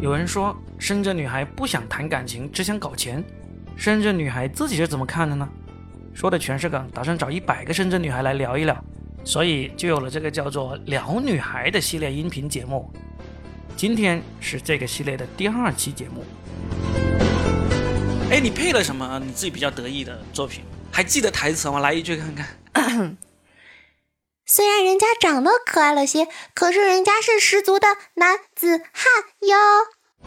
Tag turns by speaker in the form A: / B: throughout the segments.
A: 有人说深圳女孩不想谈感情，只想搞钱。深圳女孩自己是怎么看的呢？说的全是梗，打算找一百个深圳女孩来聊一聊，所以就有了这个叫做“聊女孩”的系列音频节目。今天是这个系列的第二期节目。
B: 哎，你配了什么你自己比较得意的作品？还记得台词吗？来一句看看。
C: 虽然人家长得可爱了些，可是人家是十足的男子汉哟。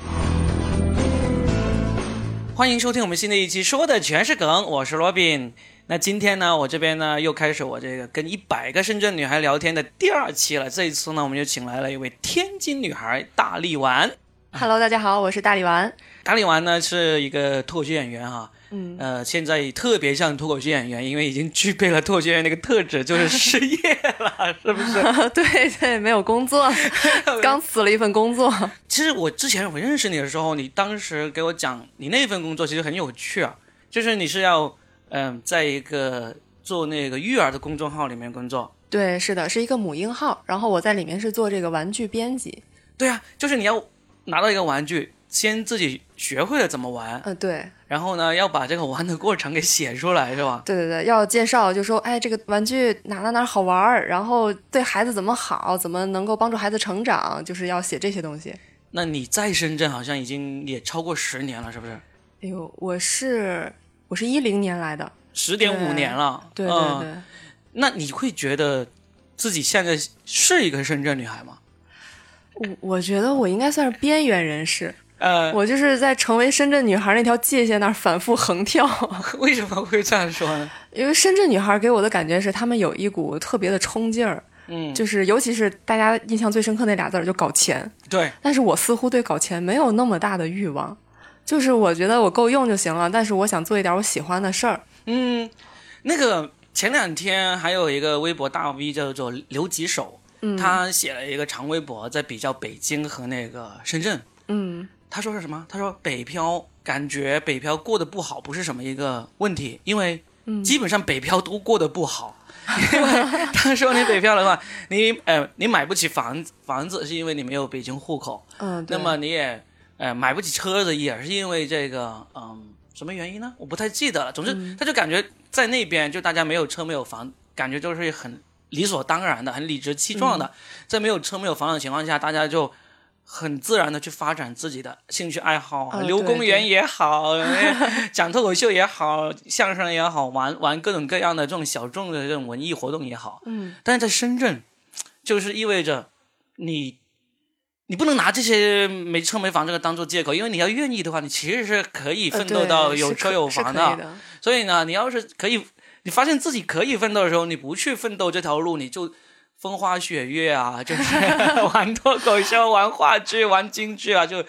B: 欢迎收听我们新的一期，说的全是梗，我是罗宾。那今天呢，我这边呢又开始我这个跟一百个深圳女孩聊天的第二期了。这一次呢，我们就请来了一位天津女孩大力丸。
D: Hello，大家好，我是大力丸。
B: 大力丸呢是一个脱口秀演员哈，
D: 嗯，
B: 呃，现在特别像脱口秀演员，因为已经具备了脱口秀演员那个特质，就是失业了，是不是？
D: 对对，没有工 作，刚辞了一份工作。
B: 其实我之前我认识你的时候，你当时给我讲你那份工作其实很有趣啊，就是你是要嗯、在一个做那个育儿的公众号里面工作。
D: 对，是的，是一个母婴号，然后我在里面是做这个玩具编辑。
B: 对啊，就是你要拿到一个玩具，先自己学会了怎么玩，
D: 嗯、对
B: 然后呢要把这个玩的过程给写出来，是吧？
D: 对对对，要介绍就说，哎，这个玩具哪哪哪好玩儿，然后对孩子怎么好，怎么能够帮助孩子成长，就是要写这些东西。
B: 那你在深圳好像已经也超过十年了，是不是？
D: 哎呦，我是我是一零年来的，
B: 十点五
D: 对
B: 年了，
D: 对对
B: 嗯
D: 对。
B: 那你会觉得自己现在是一个深圳女孩吗？
D: 我我觉得我应该算是边缘人士，
B: 呃，
D: 我就是在成为深圳女孩那条界限那儿反复横跳。
B: 为什么会这样说呢？
D: 因为深圳女孩给我的感觉是，她们有一股特别的冲劲儿，
B: 嗯，
D: 就是尤其是大家印象最深刻那俩字儿，就搞钱。
B: 对，
D: 但是我似乎对搞钱没有那么大的欲望，就是我觉得我够用就行了，但是我想做一点我喜欢的事儿。
B: 嗯，那个前两天还有一个微博大 V 叫做刘吉手，
D: 嗯
B: 他写了一个长微博，在比较北京和那个深圳。
D: 嗯
B: 他说是什么？他说北漂感觉北漂过得不好不是什么一个问题，因为
D: 嗯
B: 基本上北漂都过得不好。 因为他说你北漂的话，你呃你买不起房子房子是因为你没有北京户口，
D: 嗯，对
B: 那么你也呃买不起车子，也是因为这个嗯什么原因呢？我不太记得了。总之，
D: 嗯
B: 他就感觉在那边就大家没有车没有房，感觉就是很理所当然的、很理直气壮的，
D: 嗯
B: 在没有车没有房的情况下，大家就。很自然的去发展自己的兴趣爱好，
D: 哦
B: 溜
D: 对
B: 公园
D: 对
B: 也好，哎 讲脱口秀也好，相声也好，玩玩各种各样的这种小众的这种文艺活动也好，
D: 嗯
B: 但是在深圳，就是意味着你，你不能拿这些没车没房这个当做借口，因为你要愿意的话，你其实是可以
D: 呃
B: 奋斗
D: 对
B: 到
D: 是
B: 有
D: 可
B: 车有
D: 是
B: 房
D: 可以的。
B: 所以呢，你要是可以，你发现自己可以奋斗的时候，你不去奋斗这条路，你就风花雪月啊，就是 玩脱口秀、玩话剧、玩京剧啊，就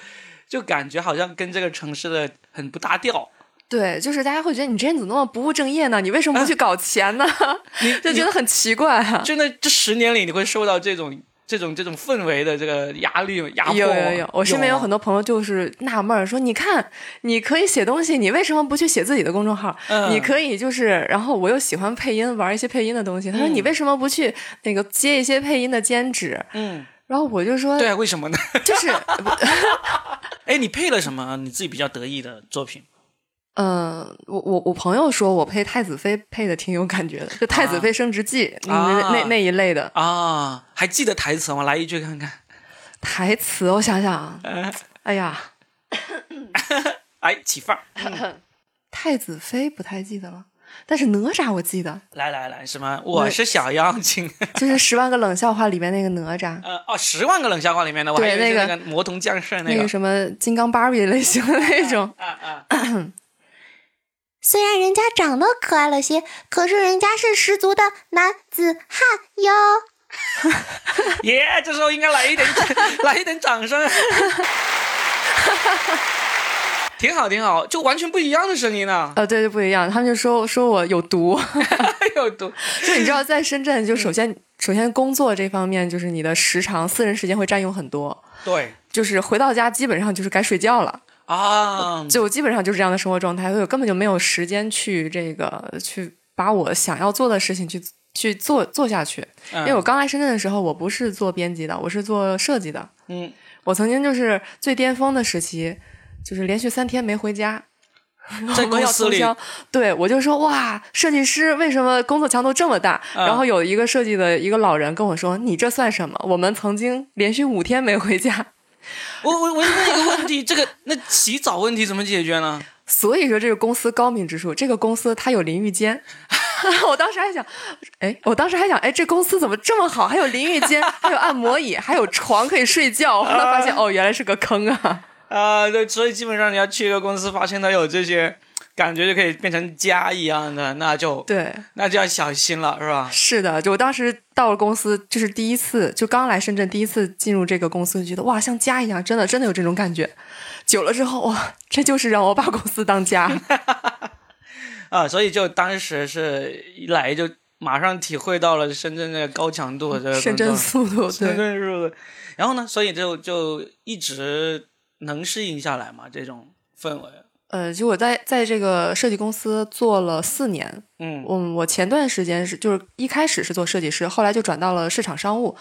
B: 就感觉好像跟这个城市的很不搭调。
D: 对，就是大家会觉得你这人怎么那么不务正业呢？你为什么
B: 啊
D: 不去搞钱呢？ 就觉得很奇怪啊。
B: 就那这十年里，你会受到这种。这种这种氛围的这个压力吗压迫吗，
D: 有有有，我身边有
B: 吗
D: 很多朋友就是纳闷儿，说你看，你可以写东西，你为什么不去写自己的公众号？
B: 嗯
D: 你可以就是，然后我又喜欢配音，玩一些配音的东西。他说
B: 嗯
D: 你为什么不去那个接一些配音的兼职？
B: 嗯，
D: 然后我就说，
B: 对啊，为什么呢？
D: 就是，
B: 哎，你配了什么你自己比较得意的作品？
D: 嗯、我我我朋友说我配太子妃配的挺有感觉的，就《太子妃升职记》嗯
B: 啊
D: 那那一类的
B: 啊，还记得台词吗？来一句看看。
D: 台词，我想想啊，哎呀，
B: 哎，起范儿，
D: 太子妃不太记得了，但是哪吒我记得。
B: 来来来，什么？我是小妖精。
D: 就是《十万个冷笑话》里面那个哪 吒，
B: 呃，哦，十万个冷笑话里面的，我还
D: 对
B: 以为是那
D: 那
B: 个
D: 个
B: 魔童降世那
D: 那个
B: 个。
D: 什么金刚芭比类型的那 种。
B: 啊啊，
C: 虽然人家长得可爱了些，可是人家是十足的男子汉哟。
B: 耶！这时候应该来一点， 来一点掌声。 挺好，挺好，就完全不一样的声音啊 呢。
D: 呃，对，就不一样。他们就说说我有毒， 嗯
B: 哎呦，都
D: 就你知道，在深圳，就首先首先工作这方面，就是你的时长、私人时间会占用很多。
B: 对
D: 就是回到家，基本上就是该睡觉了，
B: 啊，
D: 就基本上就是这样的生活状态，所以我根本就没有时间去这个去把我想要做的事情去
B: 嗯
D: 嗯去做做下去。因为我刚来深圳的时候，我不是做编辑的，我是做设计的。
B: 嗯，
D: 我曾经就是最巅峰的时期，就是连续三天没回家。
B: 在
D: 我们
B: 公
D: 要
B: 司
D: 通
B: 里
D: 宵，对我就说哇，设计师为什么工作强度这么大？
B: 嗯
D: 然后有一个设计的一个老人跟我说：“你这算什么？我们曾经连续五天没回家，
B: 我我我问一个问题，这个那洗澡问题怎么解决呢？
D: 所以说这个公司高明之处，这个公司它有淋浴间。 我当时还想，哎，我当时还想，哎，这公司怎么这么好？还有淋浴间，还有按摩椅，还有床可以睡觉。后来发现，哦，原来是个坑啊！
B: 啊、对，所以基本上你要去一个公司，发现它有这些，感觉就可以变成家一样的，那就
D: 对，
B: 那就要小心了，是吧？
D: 是的，就我当时到了公司，就是第一次，就刚来深圳第一次进入这个公司，就觉得哇，像家一样，真的真的有这种感觉。久了之后，哇，这就是让我把公司当家。
B: 啊，所以就当时是一来就马上体会到了深圳的高强度的 这个
D: 深圳
B: 工作
D: 速度，
B: 深
D: 对，
B: 圳是不是，然后呢，所以就就一直能适应下来嘛，这种氛围，
D: 呃，就我在在这个设计公司做了四年，
B: 嗯
D: 我我前段时间是就是一开始是做设计师，后来就转到了市场商务。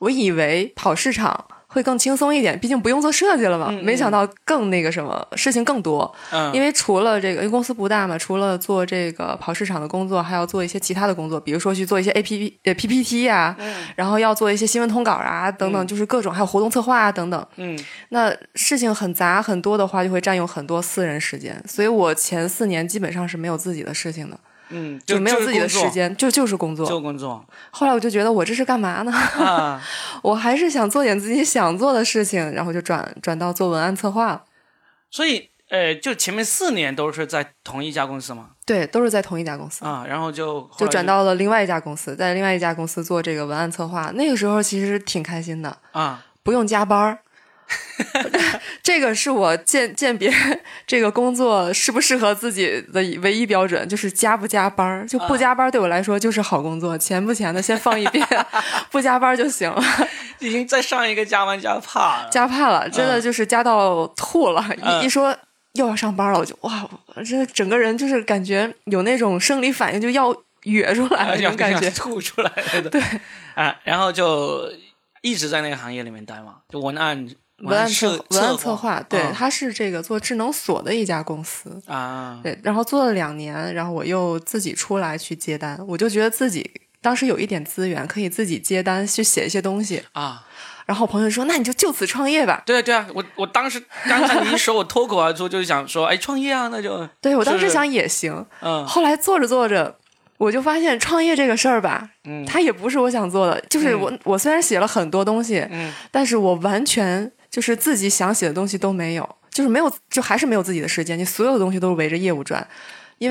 D: 我以为跑市场会更轻松一点，毕竟不用做设计了嘛。
B: 嗯嗯
D: 没想到更那个什么，事情更多。
B: 嗯，
D: 因
B: 为
D: 为除了这个，因为公司不大嘛，除了做这个跑市场的工作，还要做一些其他的工作，比如说去做一些 A P P 呃 P P T 呀、
B: 嗯
D: 然后要做一些新闻通稿啊等等，就是各种还有活动策划啊等等。
B: 嗯
D: 那事情很杂很多的话，就会占用很多私人时间，所以我前四年基本上是没有自己的事情的，
B: 嗯，
D: 就
B: 就
D: 没有自己的时，
B: 就是
D: 间，就就是工
B: 工作
D: 作。
B: 就工作
D: 后来我就觉得我这是干嘛呢？
B: 啊，
D: 我还是想做点自己想做的事情，然后就转转到做文案策划了。
B: 所以呃，就前面四年都是在同一家公司嘛，
D: 对，都是在同一家公司。
B: 啊，然后就后来
D: 就转到了另外一家公司，在另外一家公司做这个文案策划。那个时候其实挺开心的，
B: 啊，
D: 不用加班儿。 这个是我鉴鉴别这个工作适不适合自己的唯一标准，就是加不加班儿。就不加班儿对我来说就是好工作，钱不钱的先放一 边，不加班儿就行了。
B: 已经在上一个加班加怕了，
D: 加怕了，真的就是加到吐了。
B: 嗯
D: 一一说又要上班了，我就哇，我真的整个人就是感觉有那种生理反应，就要哕出来了那
B: 啊哎要
D: 种感觉。
B: 吐出来了的，对啊，然后就一直在那个行业里面待嘛，就文案
D: 文案
B: 设
D: 策文案策
B: 划
D: 划，对，
B: 嗯
D: 它是这个做智能锁的一家公司，
B: 啊，
D: 对，然后做了两年，然后我又自己出来去接单，我就觉得自己当时有一点资源，可以自己接单去写一些东西。
B: 啊，
D: 然后我朋友说：“那你就就此创业吧。
B: 对啊对啊，我我当时刚才你一说，我脱口而出就是想说，哎，创业啊，那就
D: 对”我当时
B: 是
D: 想也行，
B: 嗯
D: 后来做着做着。我就发现创业这个事儿吧，
B: 嗯
D: 它也不是我想做的。就是我，我虽然写了很多东西，
B: 嗯
D: 但是我完全就是自己想写的东西都没有，就是没有，就还是没有自己的时间，你所有的东西都是围着业务转。因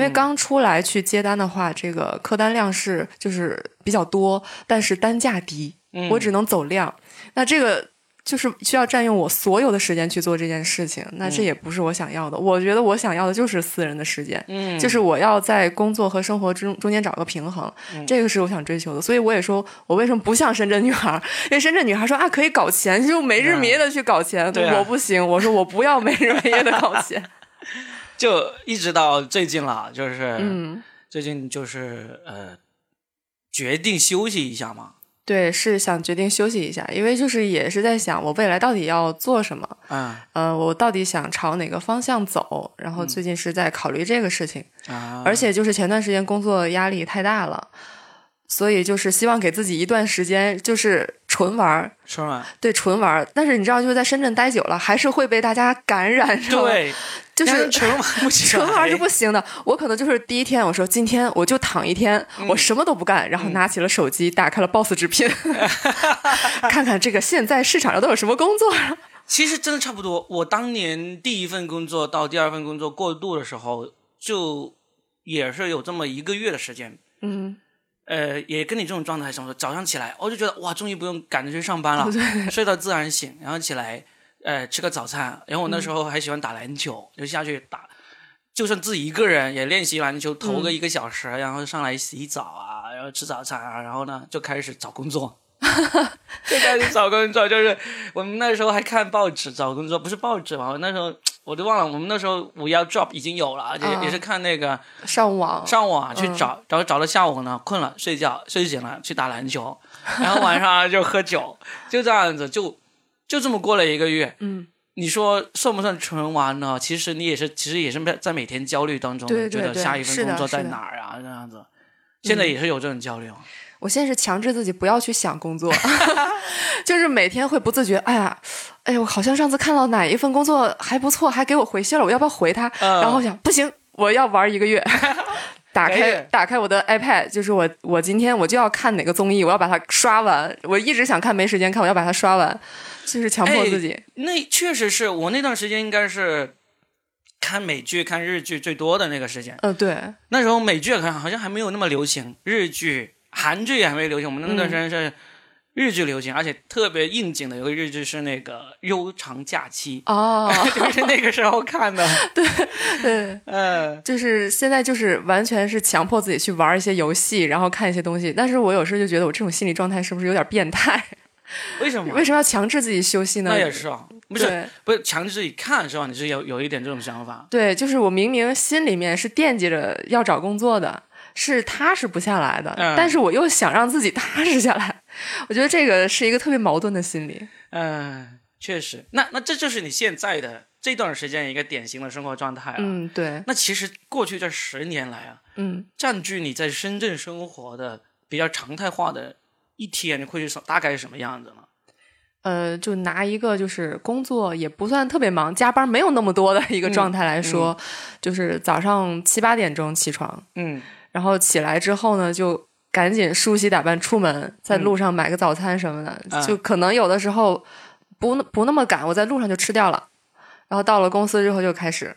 B: 嗯
D: 为刚出来去接单的话，这个客单量是就是比较多，但是单价低，
B: 嗯
D: 我只能走量。那这个就是需要占用我所有的时间去做这件事情，那这
B: 嗯
D: 也不是我想要的。我觉得我想要的就是私人的时间，
B: 嗯
D: 就是我要在工作和生活中中间找个平衡，
B: 嗯
D: 这个是我想追求的。所以我也说我为什么不像深圳女孩儿，因为深圳女孩说啊可以搞钱，就没日没夜的去搞钱，
B: 嗯对啊
D: 我不行，我说我不要没日没夜的搞 钱。
B: 就一直到最近了，就是、
D: 嗯，
B: 最近就是呃，决定休息一下嘛，
D: 对，是想决定休息一下，因为就是也是在想我未来到底要做什么，
B: 嗯
D: 呃，我到底想朝哪个方向走，然后最近是在考虑这个事情。
B: 啊，
D: 而且就是前段时间工作压力太大了，所以就是希望给自己一段时间，就是纯玩儿，
B: 春 晚
D: 对，纯玩儿。但是你知道，就是在深圳待久了，还是会被大家感染，知道吗，
B: 对，
D: 就
B: 但
D: 是
B: 春晚不起
D: 纯玩
B: 来
D: 儿是不行哎的。我可能就是第一天，我说今天我就躺一天，我什么都不干，然后拿起了手机，打开了 Boss 直 聘，看看这个现在市场上都有什么工作。
B: 其实真的差不多。我当年第一份工作到第二份工作过渡的时候，就也是有这么一个月的时间。
D: 嗯，
B: 呃，也跟你这种状态差不多。早上起来，我哦就觉得哇，终于不用赶着去上班了，睡到自然醒，然后起来，呃，吃个早餐。然后我那时候还喜欢打篮球，就下去打，就算自己一个人也练习篮球，投个一个小时，然后上来洗澡啊，然后吃早餐啊，然后呢就开始找工作。就开始找工作，就是我们那时候还看报纸找工作，不是报纸嘛？我那时候我都忘了，我们那时候五幺 job 已经有了，也、
D: 啊
B: 也是看那个
D: 上网，
B: 上网去
D: 嗯
B: 找，然后找到下午呢，困了 睡觉，睡醒了去打篮球，然后晚上就喝酒，就这样子就就这么过了一个月，
D: 嗯，
B: 你说算不算纯玩呢？其实你也是，其实也是在每天焦虑当中，
D: 对对
B: 觉得
D: 对
B: 下一份
D: 是的
B: 工作在
D: 是的嗯
B: 哪儿啊？这样子，现在也是有这种焦虑吗？
D: 我现在是强制自己不要去想 工作， 就是每天会不自觉，哎呀，哎呀，我好像上次看到哪一份工作还不错，还给我回信了，我要不要回他？
B: 嗯
D: 然后我想不行，我要玩一 个月。打
B: 可
D: 开
B: 以
D: 打开我的 iPad，就是我我今天我就要看哪个综艺，我要把它刷完。我一直想看，没时间看，我要把它刷完，就是强迫自己。
B: 哎那确实是我那段时间应该是看美剧、看日剧最多的那个时间。
D: 呃，对，
B: 那时候美剧好像好像还没有那么流行，日剧、韩剧也还没流行。我们那段
D: 嗯
B: 时间是日剧流行，而且特别应景的有个日剧是那个《悠长假期，
D: 哦，》
B: 就是那个时候看的。
D: 对，
B: 嗯、
D: 就是现在就是完全是强迫自己去玩一些游戏，然后看一些东西。但是我有时候就觉得我这种心理状态是不是有点变态？
B: 为什么？
D: 为什么要强制自己休息呢？
B: 嗯那也是啊，不是
D: 对
B: 不是强制自己看是吧？你是有有一点这种想法。
D: 对，就是我明明心里面是惦记着要找工作的，是踏实不下来的，
B: 嗯
D: 但是我又想让自己踏实下来。我觉得这个是一个特别矛盾的心理。
B: 嗯、确实。那那这就是你现在的这段时间一个典型的生活状态了。
D: 嗯，对，
B: 那其实过去这十年来啊，
D: 嗯，
B: 占据你在深圳生活的比较常态化的一天会是什大概是什么样子呢？
D: 呃，就拿一个就是工作也不算特别忙，加班没有那么多的一
B: 嗯
D: 个状态来说，就是早上七八点钟起床，
B: 嗯
D: 然后起来之后呢，就赶紧梳洗打扮出门，在路上买个早餐什么的，
B: 嗯
D: 就可能有的时候不不那么赶，我在路上就吃掉了。然后到了公司之后就开始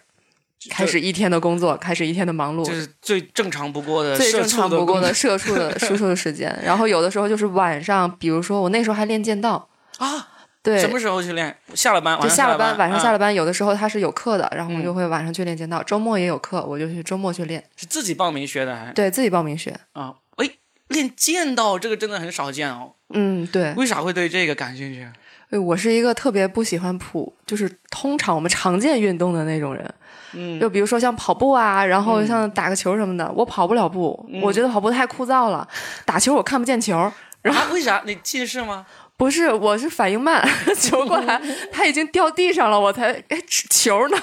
D: 开始一天的工作，开始一天的忙碌，
B: 就是最正常不过的
D: 最
B: 社
D: 正
B: 畜
D: 常不
B: 的
D: 过
B: 工
D: 的社 畜的社畜的时间。然后有的时候就是晚上，比如说我那时候还练剑道，
B: 啊！
D: 对
B: 什，么时候去练？下了班，晚啊
D: 就
B: 上
D: 下
B: 了
D: 了班晚上下了
B: 了
D: 班，有的时候他是有课的，然后我
B: 嗯
D: 就会晚上去练剑道。周末也有课，我就去周末去练，
B: 是自己报名学的还
D: 对自己报名学。
B: 啊？哎，练剑道这个真的很少见哦，
D: 嗯，对。
B: 为啥会对这个感兴趣？啊
D: 对，我是一个特别不喜欢普，就是通常我们常见运动的那种人。
B: 嗯
D: 就比如说像跑步啊，然后像打个球什么的，我跑不了步，我觉得跑步太枯燥了。打球我看不见球，
B: 然后、啊、为啥你近视吗？
D: 不是，我是反应慢， 球过来他已经掉地上了，我才哎球呢，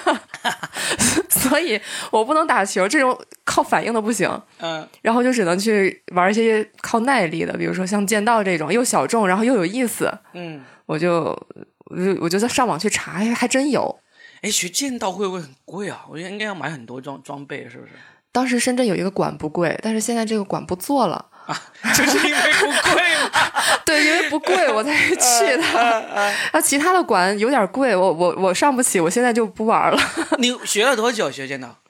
D: 所以我不能打球，这种靠反应的不行。
B: 嗯、
D: 然后就只能去玩一些靠耐力的，比如说像剑道这种又小众，然后又有意思。
B: 嗯，
D: 我就我就我就在上网去查，哎，还真有。
B: 哎，学剑道会不会很贵啊？我觉得应该要买很多装装备，是不是？
D: 当时深圳有一个馆不贵，但是现在这个馆不做了。
B: 就是因为不贵嘛。
D: 对，因为不贵我
B: 嗯
D: 才去的。 啊，其他的馆有点贵，我我我上不起，我现在就不玩了。
B: 你学了多久学剑道？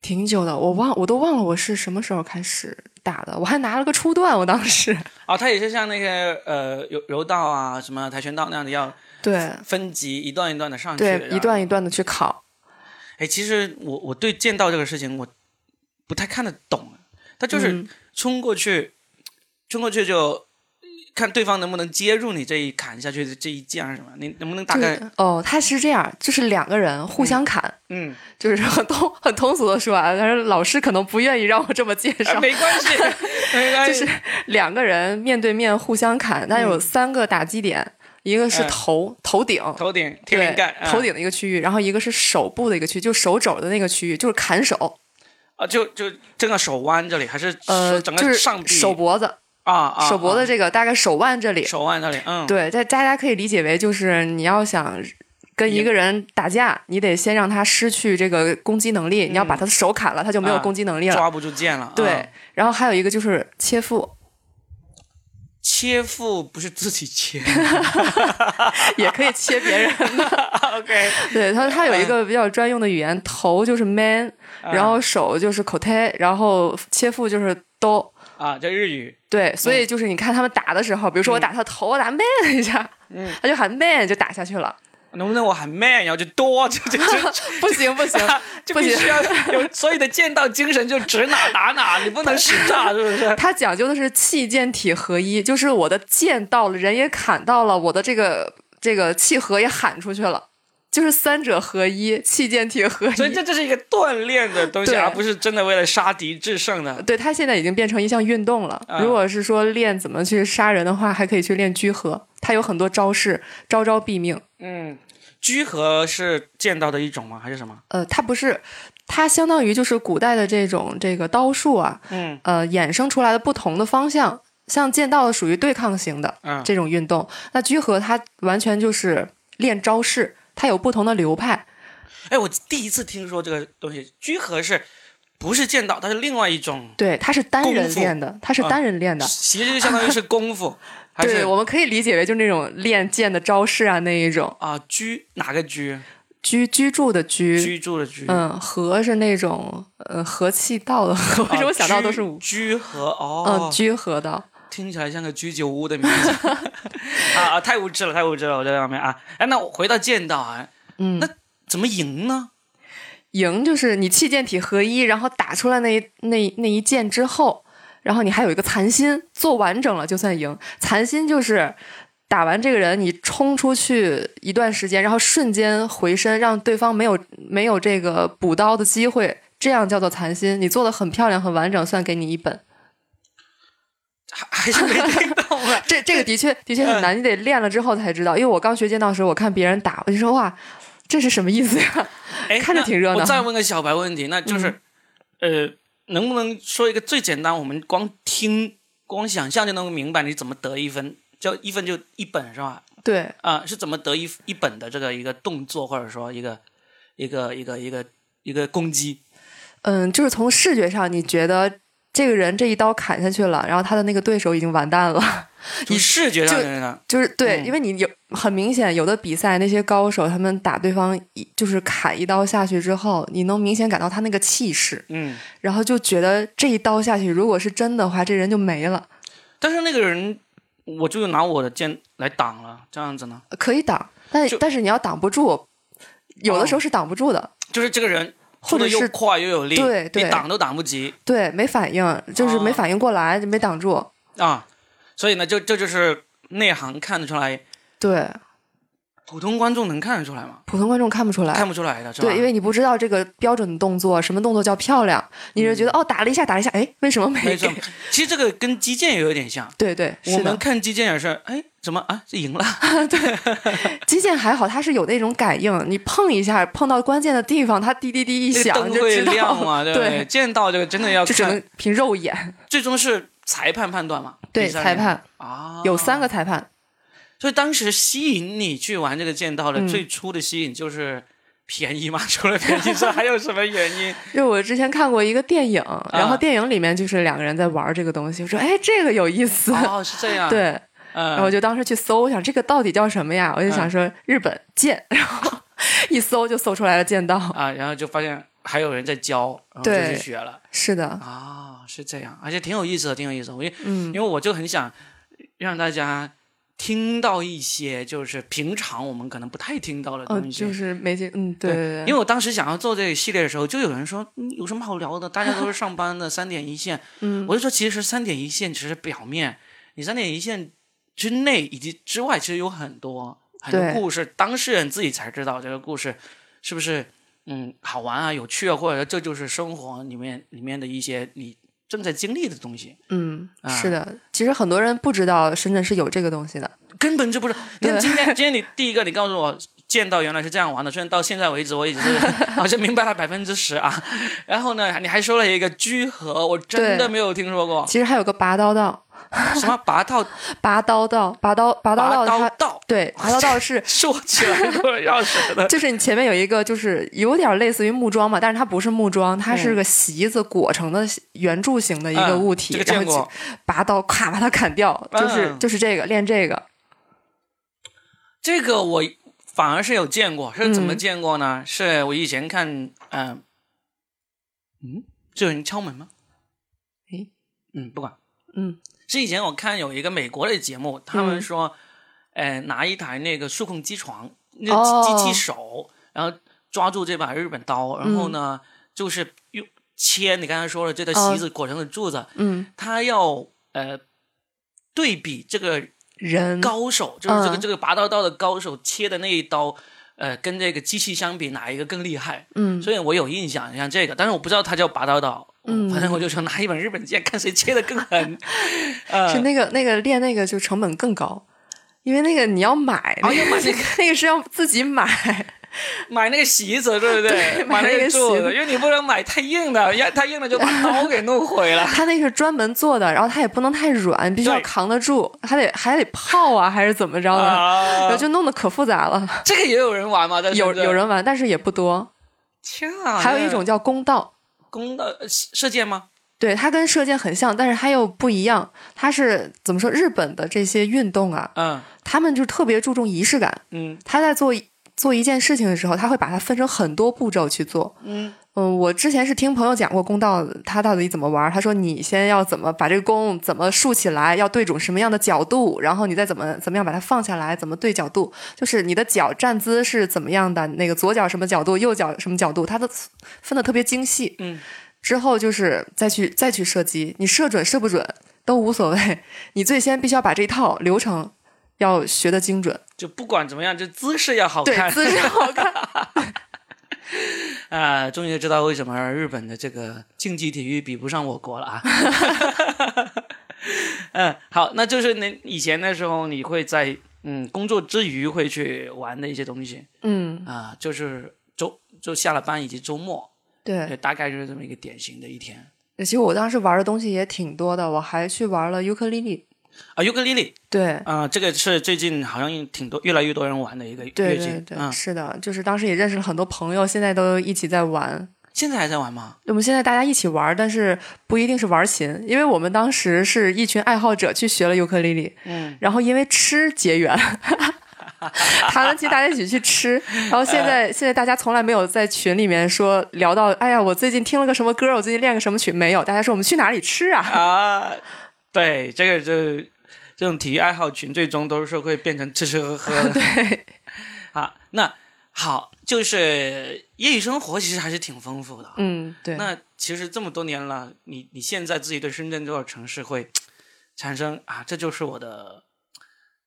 D: 挺久的，我忘我都忘了我是什么时候开始打的，我还拿了个初段，我当时。
B: 哦，它也是像那个呃柔柔道啊、什么跆拳道那样的，要
D: 对
B: 分级一段一段的上去。
D: 对，一段一。段的去考。
B: 哎，其实我我对剑道这个事情我不太看得懂，它就是
D: 嗯
B: 冲过去，冲过去就看对方能不能接住你这一砍下去的这一剑啊是什么，你能不能大概
D: 就是哦，他是这样，就是两个人互相砍，
B: 嗯、
D: 就是很通很通俗的说啊，但是老师可能不愿意让我这么介
B: 哎
D: 绍。
B: 没关 系，没关
D: 啊就
B: 系，
D: 是两个人面对面互相砍，但有三个打击点，一个是
B: 嗯
D: 头、头顶。
B: 头顶天
D: 对
B: 灵盖，，啊
D: 头顶的一个区域，然后一个是手部的一个区域，就手肘的那个区域，就是砍手，
B: 啊，就就整个手腕这里还是
D: 呃，
B: 整
D: 就
B: 个
D: 是
B: 上臂
D: 手脖子，
B: 啊嗯啊
D: 手脖
B: 啊
D: 子这个大概手腕这里，
B: 手腕那里，嗯，
D: 对，这大家可以理解为就是你要想跟一个人打架，你得先让他失去这个攻击能力，你要把他的手砍了，他就没有
B: 嗯啊
D: 攻击能力了。
B: 抓不住剑了，
D: 对，
B: 啊
D: 然后还有一个就是切腹，
B: 切腹不是自己切
D: 也可以切别人。
B: ，OK，
D: 对他，他有一个比较专用的语言，头就是 man，、然后手就是口袋，然后切腹就是兜。
B: 啊，这日语，
D: 对，所以就是你看他们打的时候，比如说我打他头，我打 man 一下， 他就喊 man 就打下去了。
B: 能不能我喊 man，然后就多，就就就
D: 不行不行
B: 就
D: 不
B: 必须
D: 行，
B: 要有，所以的剑道精神就指哪打哪，你不能使 诈，是不是？
D: 他讲究的是气剑体合一，就是我的剑到了，人也砍到了，我的这个这个气合也喊出去了。就是三者合一，器件体合一。
B: 所以这就是一个锻炼的东西，
D: 对
B: 而不是真的为了杀敌制胜的。
D: 对，它现在已经变成一项运动了。
B: 啊
D: 如果是说练怎么去杀人的话，还可以去练居合，它有很多招式，招招毙命。
B: 嗯，居合是剑道的一种吗？还是什么？
D: 呃，它不是，它相当于就是古代的这种这个刀术啊，
B: 嗯
D: 呃，衍生出来的不同的方向。像剑道属于对抗型的
B: 嗯
D: 这种运动，那居合它完全就是练招式，它有不同的流派。
B: 哎，我第一次听说这个东西，居合是不是剑道？它是另外一种，
D: 对，它是单人
B: 功夫
D: 练的，它是
B: 啊
D: 单人练的。
B: 其实就相当于是功夫，还
D: 对，
B: 是
D: 我们可以理解为就是那种练剑的招式啊那一种。
B: 啊居哪个居？
D: 居居住的居，
B: 居住的居。哦
D: 嗯，和是那种呃和气道的和， 为
B: 啊
D: 什么想到都
B: 居
D: 是五？
B: 居合
D: 嗯，
B: 哦，
D: 居合道。
B: 听起来像个居酒屋的名字 啊啊！太无知了，太无知了，我这方面啊。哎，那我回到剑道啊，
D: 嗯
B: 那，怎么赢呢？
D: 赢就是你气剑体合一，然后打出来那一那那一剑之后，然后你还有一个残心，做完整了就算赢。残心就是打完这个人，你冲出去一段时间，然后瞬间回身，让对方没有没有这个补刀的机会，这样叫做残心。你做的很漂亮，很完整，算给你一本。
B: 还还是没听懂
D: 。
B: 啊
D: 这这个的确的
B: 嗯
D: 确很难，你得练了之后才知道。因为我刚学剑道的时候，我看别人打，我就说哇，这是什么意思呀？
B: 哎，
D: 看着
B: 那
D: 挺热闹嗯
B: 我再问个小白问题，那就是，呃，能不能说一个最简单，我们光听、光想象就能明白你怎么得一分？就一分就一本是吧？
D: 对，
B: 啊、是怎么得一一本的这个一个动作，或者说一个一个一个一个一个攻击？
D: 嗯，就是从视觉上，你觉得这个人这一刀砍下去了，然后他的那个对手已经完蛋了，
B: 你视觉上
D: 就
B: 的呢？
D: 就是对，
B: 嗯
D: 因为你有很明显，有的比赛那些高手他们打对方一就是砍一刀下去之后，你能明显感到他那个气势，
B: 嗯，
D: 然后就觉得这一刀下去，如果是真的话，这人就没了，
B: 但是那个人，我就拿我的剑来挡了，这样子呢？
D: 可以挡，但
B: 就哦
D: 但是你要挡不住，有的时候是挡不住的。
B: 就是这个人
D: 或
B: 出
D: 者
B: 得又
D: 是
B: 快又有力，
D: 对
B: 你
D: 对
B: 挡都挡不及。
D: 对，没反应，就是没
B: 啊
D: 反应过来，就没挡住。
B: 啊，所以呢，就这就是内行看得出来，
D: 对，
B: 普通观众能看得出来吗？
D: 普通观众看不出来。
B: 看不出来的，是吧？
D: 对，因为你不知道这个标准的动作，什么动作叫漂亮，你是
B: 嗯
D: 觉得、哦，打了一下，打了一下，哎，为什么没
B: 没错，其实这个跟击剑也有点像。
D: 对对，
B: 我
D: 是
B: 们
D: 的。
B: 看击剑也是，哎，怎么啊？这赢了？
D: 击剑还好，它是有那种感应，你碰一下，碰到关键的地方，它滴滴滴一
B: 这
D: 响
B: 灯
D: 就
B: 会
D: 知
B: 亮
D: 道
B: 嘛，
D: 了。
B: 对不对？
D: 对，
B: 剑道这个真的要
D: 就只能
B: 看，
D: 凭肉眼。
B: 最终是裁判判断嘛？
D: 对，
B: 比赛
D: 裁判
B: 啊，
D: 有三个。裁判，
B: 所以当时吸引你去玩这个剑道的
D: 嗯
B: 最初的吸引就是便宜嘛，除了便宜之外还有什么原 因？
D: 就我之前看过一个电影，然
B: 嗯
D: 后电影里面就是两个人在玩这个东西，我说哎，这个有意思。
B: 哦，是这样。，
D: 对，然后
B: 嗯
D: 我，就当时去搜，我想这个到底叫什么呀？我就想说日本剑，然后一搜就搜出来了剑道。
B: 啊，然后就发现还有人在教，然后就
D: 对
B: 去学了。
D: 是的，
B: 啊，是这样，而且挺有意思的，挺有意思的。我因因
D: 嗯
B: 为我就很想让大家听到一些就是平常我们可能不太听到的
D: 哦，
B: 东西。啊
D: 就是没见，嗯，对对
B: 因为
D: 对，
B: 我当时想要做这个系列的时候，就有人说、嗯、有什么好聊的？大家都是上班的， 三点一线。
D: 嗯，
B: 我就说，其实三点一线只是表面，你三点一线之内以及之外，其实有很多很多
D: 对
B: 故事，当事人自己才知道这个故事是不是嗯好玩啊、有趣啊，或者这就是生活里面里面的一些你正在经历的东西，
D: 嗯，
B: 啊
D: 是的。其实很多人不知道深圳是有这个东西的，
B: 根本就 不是。你
D: 对
B: 看今天今天你第一个你告诉我。见到原来是这样玩的，虽然到现在为止我也只是 好像明白了百分之十啊。然后呢，你还说了一个居合，我真的
D: 对
B: 没有听说 过
D: 其实还有个拔刀道，
B: 什么拔套
D: 拔刀道，拔刀 拔刀
B: 拔
D: 道
B: 刀
D: 它，
B: 道，。
D: 对，拔刀道是
B: 说起来都是要死的。
D: 就是你前面有一个，就是有点类似于木桩嘛，但是它不是木桩，它
B: 嗯
D: 是个席子裹成的圆柱形的一个
B: 嗯
D: 物体，
B: 这个
D: 然
B: 见
D: 后
B: 过
D: 去。拔刀，咔把它砍掉，就是、
B: 嗯
D: 就是这个练这个，
B: 这个我反而是有见过，是怎
D: 嗯
B: 么见过呢？是我以前看，嗯、嗯，这有人敲门吗？
D: 诶，
B: 嗯，不管，
D: 嗯
B: 是以前我看有一个美国的节目，他们说，呃，拿一台那个数控机床，那
D: 哦
B: 机机器手，然后抓住这把日本刀，然后呢，就是用切你刚才说的这个
D: 嗯哦
B: 席子裹成的柱子，
D: 嗯，
B: 他要呃对比这个
D: 人
B: 高手，就是这个
D: 嗯
B: 这个拔刀刀的高手切的那一刀呃，跟这个机器相比，哪一个更厉害？
D: 嗯，
B: 所以我有印象，像这个，但是我不知道它叫拔刀岛，
D: 嗯
B: 反正我就说拿一本日本剑，看谁切的更 狠。呃，
D: 是那个那个练那个就成本更高，因为那个你要买，
B: 哦
D: 那
B: 要买那
D: 那
B: 个
D: 个那个是要自 己买，
B: 买那个席子，对不对？
D: 对
B: 买
D: 买那
B: 个
D: 个
B: 柱
D: 席
B: 子，
D: 子
B: 因为你不能买太硬的，要太硬的就把刀给弄毁 了。
D: 它那个是专门做的，然后它也不能太软，必须要
B: 对
D: 扛得住，还得还得泡啊，还是怎么着的，然
B: 啊
D: 后，就弄得可复杂了。
B: 这个也有人玩吗？在
D: 有
B: 深圳
D: 有，人玩，但是也不多。
B: 天啊！
D: 还有一种叫公道，
B: 弓的呃射射箭吗？
D: 对，它跟射箭很像，但是它又不一样。它是怎么说？日本的这些运动啊，
B: 嗯
D: 他们就特别注重仪式感。
B: 嗯
D: 他在做一做一件事情的时候，他会把它分成很多步骤去做。
B: 嗯
D: 嗯，我之前是听朋友讲过公道他到底怎么玩儿。他说你先要怎么把这个弓怎么竖起来，要对准什么样的角度，然后你再怎么怎么样把它放下来，怎么对角度，就是你的脚站姿是怎么样的，那个左脚什么角度，右脚什么角度，他都分的特别精细。
B: 嗯，
D: 之后就是再去再去射击，你射准射不准都无所谓， 你最先必须要把这一套流程要学的精准，
B: 就不管怎么样，就姿势要好
D: 对
B: 看。
D: 姿势好看。
B: 啊，终于知道为什么日本的这个竞技体育比不上我国了啊。 嗯，好，那就是你以前的时候，你会在嗯工作之余会去玩的一些东西
D: 嗯，
B: 啊、就是周就下了班以及周末，呃
D: 对。
B: 大概就是这么一个典型的一天
D: 其实我当时玩的东西也挺多的，我还去玩了尤克里里。
B: 啊。尤克里里
D: 对，
B: 啊，这个是最近好像挺多越来越多人玩的一个乐
D: 对
B: 器
D: 对对，
B: 啊、
D: 是的，就是当时也认识了很多朋友，现在都一起在玩。
B: 现在还在玩吗？
D: 我们现在大家一起玩，但是不一定是玩琴，因为我们当时是一群爱好者去学了尤克里里，
B: 嗯，
D: 然后因为吃结缘， 弹完琴大家一起去吃，然后 现在现在大家从来没有在群里面说聊到，哎呀，我最近听了个什么歌，我最近练个什么曲，没有，大家说我们去哪里吃 啊？
B: 啊，对，这个就这种体育爱好群，最终都是会变成吃吃喝喝 的。
D: 对，
B: 啊，那好，就是业余生活其实还是挺丰富的。啊
D: 嗯，对，
B: 那其实这么多年了，你你现在自己对深圳这座城市会产生啊，这就是我的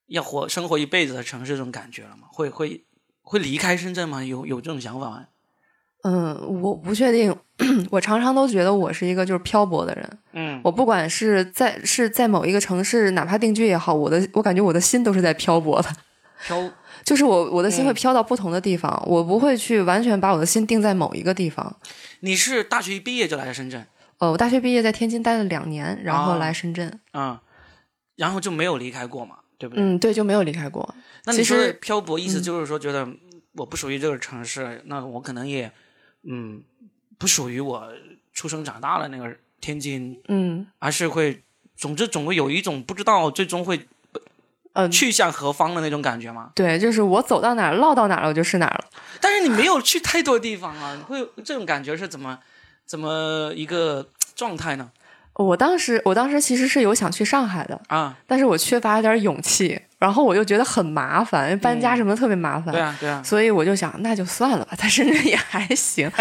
B: 要活生活一辈子的城市这种感觉了吗？会会会离开深圳吗？有有这种想法吗？
D: 嗯，我不确定， 我常常都觉得我是一个就是漂泊的人。
B: 嗯，
D: 我不管是在是在某一个城市，哪怕定居也好，我的我感觉我的心都是在漂泊的，
B: 漂
D: 就是我我的心
B: 嗯
D: 会飘到不同的地方，我不会去完全把我的心定在某一个地方。
B: 你是大学一毕业就来了深圳，
D: 呃，我大学毕业在天津待了两年，然
B: 哦
D: 后来深圳，
B: 嗯，然后就没有离开过嘛，对不对？
D: 嗯，对，就没有离开过。
B: 那
D: 其
B: 你说
D: 实
B: 漂泊，意思就是说，觉得我不属于这个城市，那我可能也，嗯，不属于我出生长大的那个天津，
D: 嗯
B: 而是会，总之总会有一种不知道最终会
D: 嗯，
B: 去向何方的那种感觉嘛。
D: 对，就是我走到哪儿落到哪儿了，我就是哪儿了。
B: 但是你没有去太多地方啊，你会这种感觉是怎么怎么一个状态呢？
D: 我当时我当时其实是有想去上海的，
B: 啊，
D: 但是我缺乏点勇气，然后我又觉得很麻烦，因为搬家什么的特别麻烦。
B: 嗯对啊，对啊，
D: 所以我就想，那就算了吧，在深圳也还行，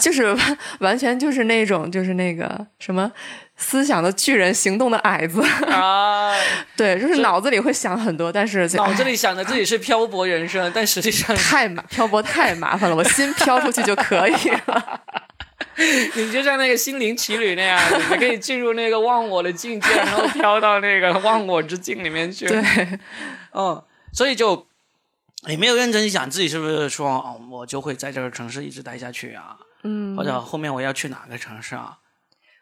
D: 就是完完全就是那种就是那个什么思想的巨人，行动的矮子，
B: 啊，
D: 对，就是
B: 是
D: 脑子里会想很多，但是就
B: 脑子
D: 哎
B: 里想着自己是漂泊人生，但实际上
D: 太麻漂泊太麻烦了，我心飘出去就可以 了。
B: 你就像那个心灵奇旅那样，你可以进入那个忘我的境界，然后飘到那个忘我之境里面去。
D: 对，
B: 嗯，所以就也没有认真想自己是不是说，哦，我就会在这个城市一直待下去啊，
D: 嗯
B: 或，者后面我要去哪个城市啊？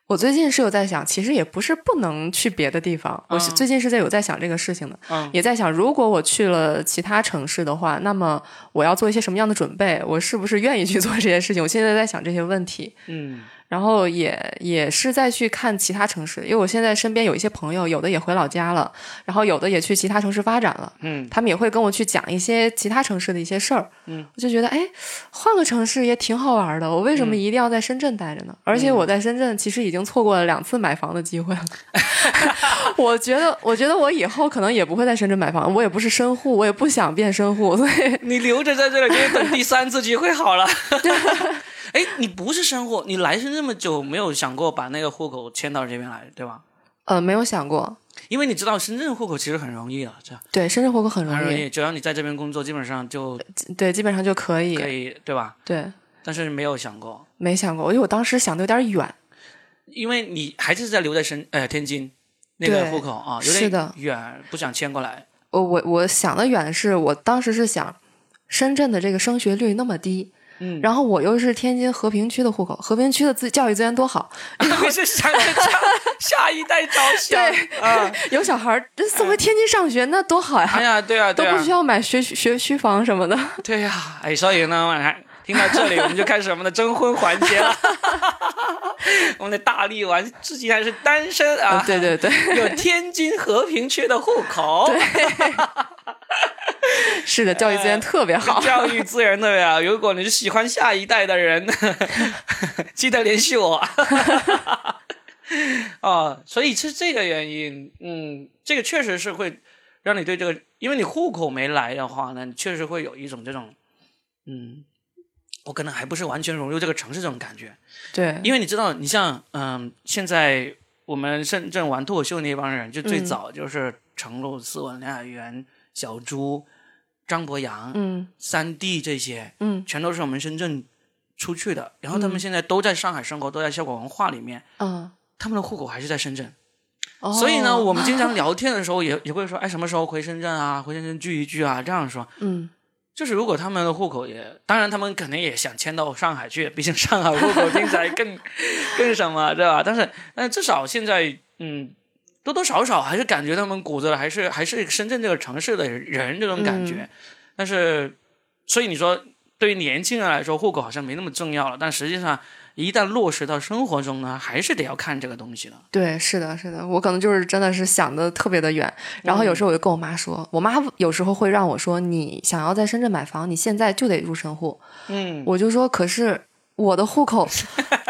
D: 我最近是有在想，其实也不是不能去别的地方，我是
B: 嗯
D: 最近是在有在想这个事情的，
B: 嗯
D: 也在想，如果我去了其他城市的话，那么我要做一些什么样的准备？我是不是愿意去做这些事情？我现在在想这些问题。
B: 嗯
D: 然后也也是再去看其他城市，因为我现在身边有一些朋友，有的也回老家了，然后有的也去其他城市发展了，
B: 嗯
D: 他们也会跟我去讲一些其他城市的一些事儿，
B: 嗯，
D: 我就觉得哎，换个城市也挺好玩的，我为什
B: 嗯
D: 么一定要在深圳待着呢？而且我在深圳其实已经错过了两次买房的 机会了，我觉得我觉得我以后可能也不会在深圳买房，我也不是深户，我也不想变深户，所以
B: 你留着在这里，就是等第三次机会好了。 哎，你不是深户，你来深这么久，没有想过把那个户口迁到这边来，对吧？
D: 呃，没有想过。
B: 因为你知道深圳户口其实很容易啊，这样
D: 对，深圳户口很
B: 很
D: 容
B: 容
D: 易，
B: 易，只要你在这边工作，基本上就
D: 对，基本上就可以。
B: 可以，对吧？
D: 对，
B: 但是没有想过，
D: 没想过，因为我当时想的有点远。
B: 因为你还是在留在深呃天津那个
D: 对
B: 户口啊，有
D: 是的
B: 点远，不想迁过来。
D: 我我我想的远是我当时是想，深圳的这个升学率那么低，
B: 嗯，
D: 然后我又是天津和平区的户口，和平区的自教育资源多好，
B: 后是想着下下一代着想啊，
D: 有小孩儿送回天津上学，那多好呀！
B: 哎呀，对啊，
D: 都
B: 对
D: 不
B: 啊
D: 需，要买学区学区房什么的，
B: 对啊，哎，所以呢，晚上听到这里，我们就开始我们的征婚环节了。 我们的大力丸至今还是单身啊，
D: 对对呃 对，
B: 有天津和平区的户口，
D: 是的，教育资源特别好。
B: 教育资源对啊。 如果你是喜欢下一代的人， 记得联系我。 哦，所以是这个原因，嗯，这个确实是会让你对这个，因为你户口没来的话呢，你确实会有一种这种，嗯，我可能还不是完全融入这个城市这种感觉。
D: 对，
B: 因为你知道，你像嗯、现在我们深圳玩脱口秀那帮人，就最
D: 嗯
B: 早就是程璐、斯文、梁雅媛、小猪、张博洋、
D: 嗯
B: 三弟这些，
D: 嗯
B: 全都是我们深圳出去的。然后他们现在都在上海生活，都在效果文化里面，
D: 嗯，
B: 他们的户口还是在深圳。
D: 哦
B: 所以呢，我们经常聊天的时候也也会说，哎，什么时候回深圳啊？回深圳聚一聚啊？这样说，
D: 嗯
B: 就是如果他们的户口也，当然他们肯定也想迁到上海去，毕竟上海户口听起来更更什么，对吧？但是，但是至少现在，嗯，多多少少还是感觉他们骨子里还是还是深圳这个城市的人这种感觉。但是，所以你说对于年轻人来说，户口好像没那么重要了，但实际上一旦落实到生活中呢，还是得要看这个东西的。
D: 对，是的，是的，我可能就是真的是想的特别的远，然后有时候我就跟我妈说，我妈有时候会让我说，你想要在深圳买房，你现在就得入深户，
B: 嗯，
D: 我就说，可是我的户 口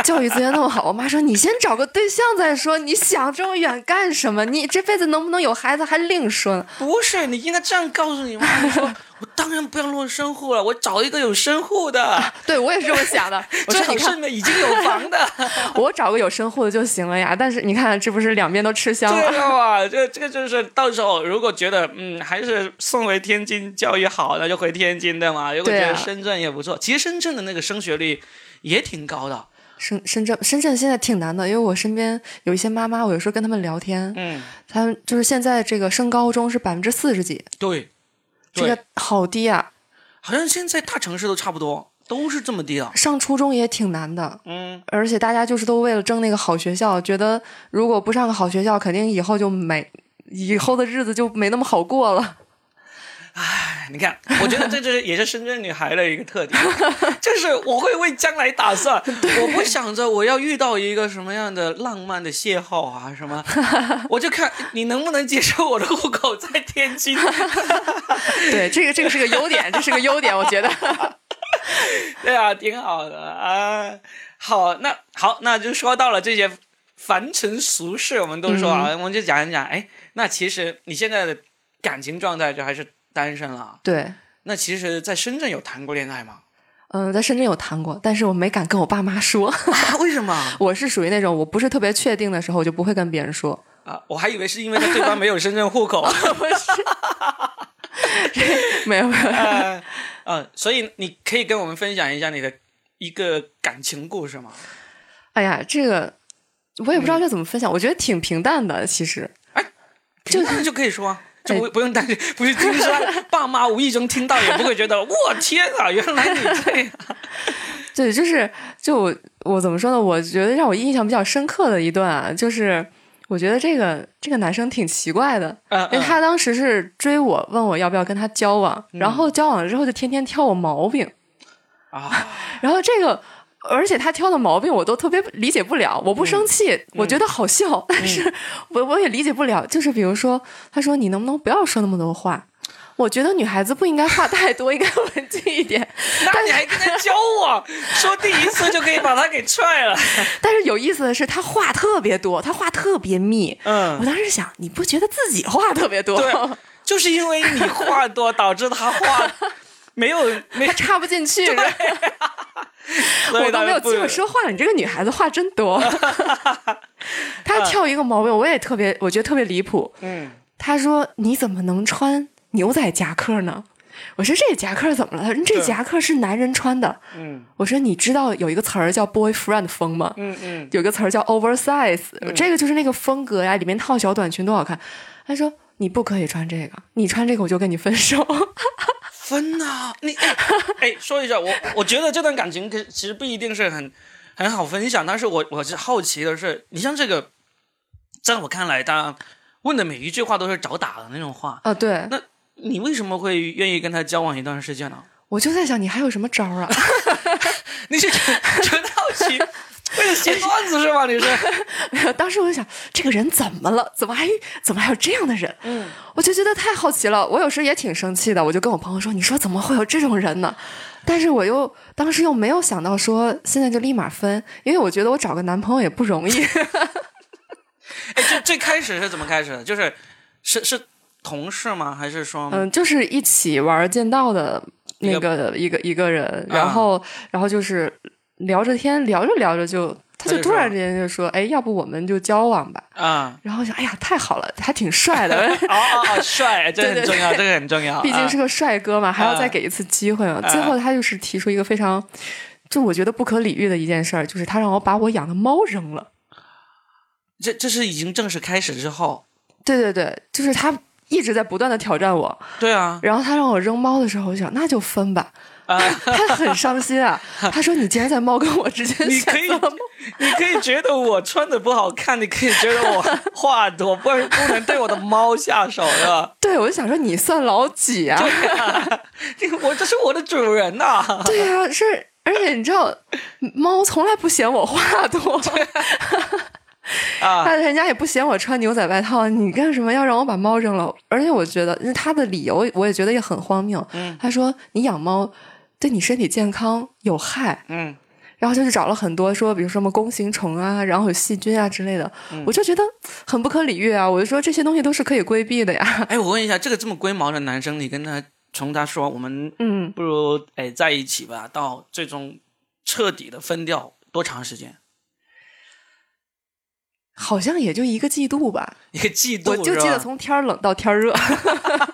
D: 教育资源那么好，我妈说你先找个对象再说，你想这么远干什么？你这辈子能不能有孩子还另说呢？
B: 不是，你应该这样告诉你妈，你 说我当然不要落深户了，我找一个有深户的。
D: 对我也是这么 想的，我
B: 最
D: 说
B: 好
D: 你
B: 是
D: 看，
B: 没已经有房的，
D: 我找个有深户的就行了呀，但是你看，这不是两边都吃 香
B: 对
D: 了？
B: 的嘛？这这个就是到时候如果觉得嗯还是送回天津教育好，那就回天津的嘛。如果觉
D: 对啊
B: 得深圳也不错，其实深圳的那个升学率也挺高的。
D: 深深圳深圳现在挺难的，因为我身边有一些妈妈，我有时候跟他们聊天，
B: 嗯，
D: 他们就是现在这个升高中是百分之四十几，
B: 对，
D: 这
B: 对，
D: 个好低啊！
B: 好像现在大城市都差不多都是这么低的。啊
D: 上初中也挺难的，
B: 嗯，
D: 而且大家就是都为了争那个好学校，觉得如果不上个好学校，肯定以后就没以后的日子就没那么好过了。
B: 哎你看，我觉得这就是也是深圳女孩的一个特点，就是我会为将来打 算，我不想着我要遇到一个什么样的浪漫的邂逅啊什 么，我就看你能不能接受我的户口在天津。
D: 对，这个这个是个优点，这是个优点，我觉得。
B: 对啊，挺好的啊。好，那好，那就说到了这些凡尘俗事，我们都说啊，我们就讲一讲。哎，那其实你现在的感情状态就还是单身了。 啊
D: 对，
B: 那其实，在深圳有谈过恋爱吗？
D: 嗯，在深圳有谈过，但是我没敢跟我爸妈说。
B: 啊，为什么
D: 我是属于那种我不是特别确定的时候，我就不会跟别人说。
B: 啊？我还以为是因为他对方没有深圳户 口。
D: 没有没 有，
B: 呃，呃所以你可以跟我们分享一下你的一个感情故事吗？
D: 哎呀，这个我也不知道该怎么分享，我觉得挺平淡的，其实。
B: 就就可以说啊。就
D: 哎
B: 不不用担心，不是听说爸妈无意中听到也不会觉得，我天啊，原来你这 样。
D: 对，就是就我我怎么说呢？我觉得让我印象比较深刻的一段啊，就是我觉得这个这个男生挺奇怪的，
B: 嗯
D: 因为
B: 嗯
D: 他当时是追我，问我要不要跟他交往，然后交往了之后就天天挑我毛病，
B: 啊，
D: 然后这个。而且他挑的毛病我都特别理解不了，我不生气，我觉得好笑，但是我我也理解不了。就是比如说，他说你能不能不要说那么多话？我觉得女孩子不应该话太多，应该文静一点。
B: 那你还跟他交往，说第一次就可以把他给踹 了，
D: 但是有意思的是，他话特别多，他话特别密。我
B: 嗯，
D: 当时想，你不觉得自己话特别多
B: 对
D: 吗？
B: 就是因为你话多，导致他话没有没
D: 他，插不 进去，
B: 所以
D: 我都
B: 他
D: 没有
B: 不
D: 机会说话了。你这个女孩子话真多。他他跳一个毛病，我也特别，我觉得特别离谱。
B: 嗯，
D: 他说：“你怎么能穿牛仔夹克呢？”我说：“这夹克怎么了？”他说：“这
B: 对
D: 夹克是男人穿的。”
B: 嗯
D: 我说：“你知道有一个词儿叫 boyfriend 风吗？”
B: 嗯嗯，
D: 有个词儿叫 oversize，、这个就是那个风格呀，里面套小短裙多好看。他说你不可以穿这个，你穿这个我就跟你分手。
B: 分呐、你哎哎，说一下，我我觉得这段感情可其实不一定是很很好分享，但是我我是好奇的是，你像这个，在我看来，他问的每一句话都是找打的那种话，
D: 啊，对，
B: 那你为什么会愿意跟他交往一段时间呢？
D: 我就在想你还有什么招儿啊？
B: 你是 觉得好奇，为了写段子是吧？你是？
D: 当时我就想这个人怎么了？怎么还怎么还有这样的人？嗯，我就觉得太好奇了。我有时也挺生气的，我就跟我朋友说：“你说怎么会有这种人呢？”但是我又当时又没有想到说现在就立马分，因为我觉得我找个男朋友也不容 易。
B: 哎，最最开始是怎么开始的？就是是是同事吗？还是说
D: 嗯，就是一起玩儿剑道的
B: 一
D: 那
B: 个
D: 个一个一个人，
B: 啊
D: 然后、然后就是聊着天，聊着聊着就，他
B: 他
D: 就
B: 就
D: 突
B: 说
D: 然之间就说：“哎，要不我们就交往吧
B: 啊？”
D: 然后我想，哎呀，太好了，还挺帅 的，
B: 哦哦哦，帅，这
D: 对
B: 很
D: 对
B: 重要，
D: 对
B: 这个很重要。
D: 毕竟是
B: 啊
D: 个帅哥嘛，还要
B: 啊
D: 再给一次机会嘛。最
B: 啊
D: 后他就是提出一个非常，就我觉得不可理喻的一件事儿，就是他让我把我养的猫扔了。
B: 这这是已经正式开始之后，
D: 对对对，就是他一直在不断的挑战我，
B: 对啊
D: 然后他让我扔猫的时候，我想那就分吧，
B: 啊，
D: 他很伤 心啊！他说：“你竟然在猫跟我之间
B: 你
D: 选
B: 可以
D: 择了猫
B: 你可以觉得我穿的不好看，你可以觉得我话多，不然不能对我的猫下手是 吧？
D: 对，我就想说你算老几啊？
B: 这个我这是我的主人呐、
D: 对啊，是，而且你知道，猫从来不嫌我话 多，
B: 啊！
D: 但人家也不嫌我穿牛仔外套。你干什么要让我把猫扔了？而且我觉得，那他的理由我也觉得也很荒谬。
B: 嗯
D: 他说你养猫对你身体健康有害，
B: 嗯，
D: 然后就去找了很多说，比如说什么弓形虫啊，然后有细菌啊之类的，
B: 嗯
D: 我就觉得很不可理喻啊！我就说这些东西都是可以规避的呀。
B: 哎，我问一下，这个这么龟毛的男生，你跟他从他说我们
D: 嗯，
B: 不如哎在一起吧，到最终彻底的分掉多长时间？
D: 好像也就一个季度吧，
B: 一个季度
D: 我就记得
B: 是吧
D: 从天儿冷到天儿热。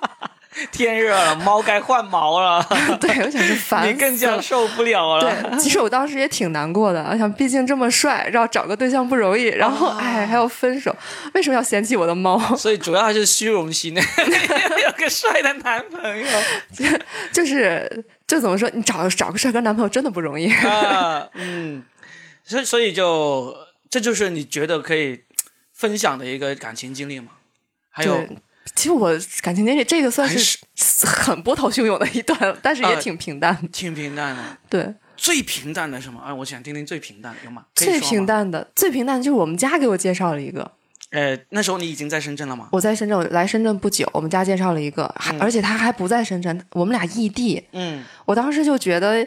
B: 天热了，猫该换毛了，
D: 对，我想是烦
B: 你更
D: 死
B: 加
D: 了
B: 受不了了。
D: 对，其实我当时也挺难过的，啊我想，毕竟这么帅，然后找个对象不容易，
B: 哦
D: 然后哎还要分手，为什么要嫌弃我的猫？
B: 所以主要还是虚荣心， 有个帅的男朋友
D: 就是就怎么说，你找找个帅哥男朋友真的不容易。
B: 啊，嗯，所以所以就这就是你觉得可以分享的一个感情经历吗？ 还有
D: 对，其实我感情经历这个算
B: 还
D: 是很波涛汹涌的一段 了，但是也
B: 啊
D: 挺平淡的。
B: 挺平淡的，
D: 对，
B: 最平淡的是什么？哎，我想听听最平淡有吗？可以
D: 最
B: 说吗
D: 平。淡的最平淡的就是我们家给我介绍了一个，
B: 呃，那时候你已经在深圳了吗？
D: 我在深圳我来深圳不久，我们家介绍了一个，还而且他还不在深圳，我们俩异地。
B: 嗯
D: 我当时就觉得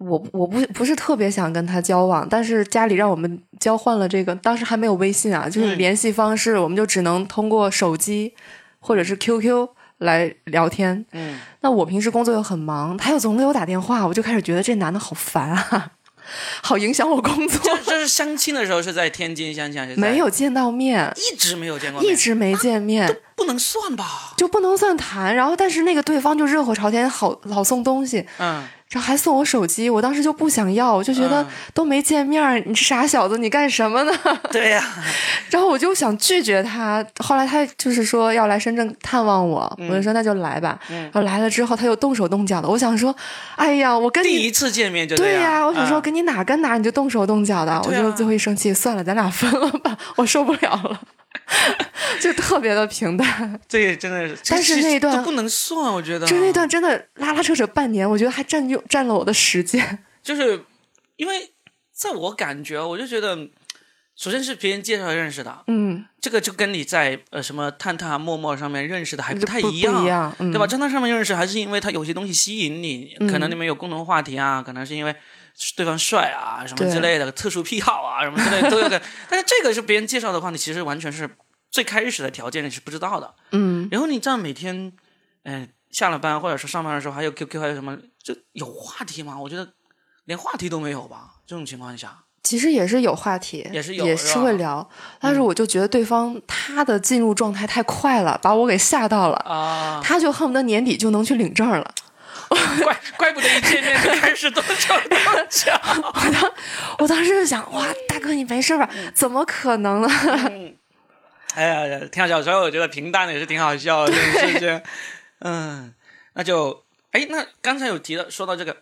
D: 我，我不不是特别想跟他交往，但是家里让我们交换了这个，当时还没有微信啊，就是
B: 嗯
D: 联系方式，我们就只能通过手机或者是 QQ 来聊天。
B: 嗯，
D: 那我平时工作又很忙，他又总给我打电话，我就开始觉得这男的好烦啊， 好影响我工 作，
B: 这这是相亲的时候是在天津相亲还是在
D: 没有见到面，
B: 一直没有见过面，啊
D: 一直没见面。
B: 不能算吧？
D: 就不能算谈，然后但是那个对方就热火朝天，好老送东西，
B: 嗯，
D: 然后还送我手机，我当时就不想要，我就觉得
B: 嗯
D: 都没见面儿，你这傻小子，你干什么呢？
B: 对呀、
D: 然后我就想拒绝他，后来他就是说要来深圳探望我，我就
B: 嗯
D: 说那就来吧。然后来了之后，他又动手动脚的，我想说，哎呀，我跟
B: 第
D: 你
B: 一。次见面就
D: 对
B: 呀、
D: 我想说
B: 嗯
D: 跟你哪跟哪你就动手动脚的，我
B: 对啊
D: 就最后一生气，算了，咱俩分了吧，我受不了了， 就特别的平淡。
B: 这个真的是，
D: 但是
B: 这
D: 那一段
B: 都不能算，我觉得
D: 就那段真的拉拉扯扯半年，我觉得还占用占了我的时间。
B: 就是因为在我感觉，我就觉得，首先是别人介绍认识的，
D: 嗯，
B: 这个就跟你在呃什么探探、陌陌上面认识的还不太
D: 不
B: 一样，
D: 不一样嗯嗯
B: 对吧？探探上面认识还是因为他有些东西吸引你，可能你们有共同话题啊，可能是因为对方帅啊什么
D: 对
B: 之类的，特殊癖好啊什么之类的都有可能。 但是这个是别人介绍的话，你其实完全是最开始的条件你是不知道的，
D: 嗯，
B: 然后你这样每天，嗯、下了班或者说上班的时候，还有 QQ，还有什么，就有话题吗？我觉得连话题都没有吧。这种情况下，
D: 其实也是有话题，
B: 也是有
D: 也
B: 是
D: 是
B: 吧嗯
D: 会聊，但是我就觉得对方他的进入状态太快了，把我给吓到了，
B: 啊，
D: 他就恨不得年底就能去领证了。
B: 怪怪不得一见面就开始跺手跺脚。
D: 我当 我当时就想，哇，大哥你没事吧？
B: 嗯
D: 怎么可能啊呢？
B: 哎呀，挺好笑。所以我觉得平淡的也是挺好笑的，是不是？嗯，那就哎，那刚才有提到说到这个，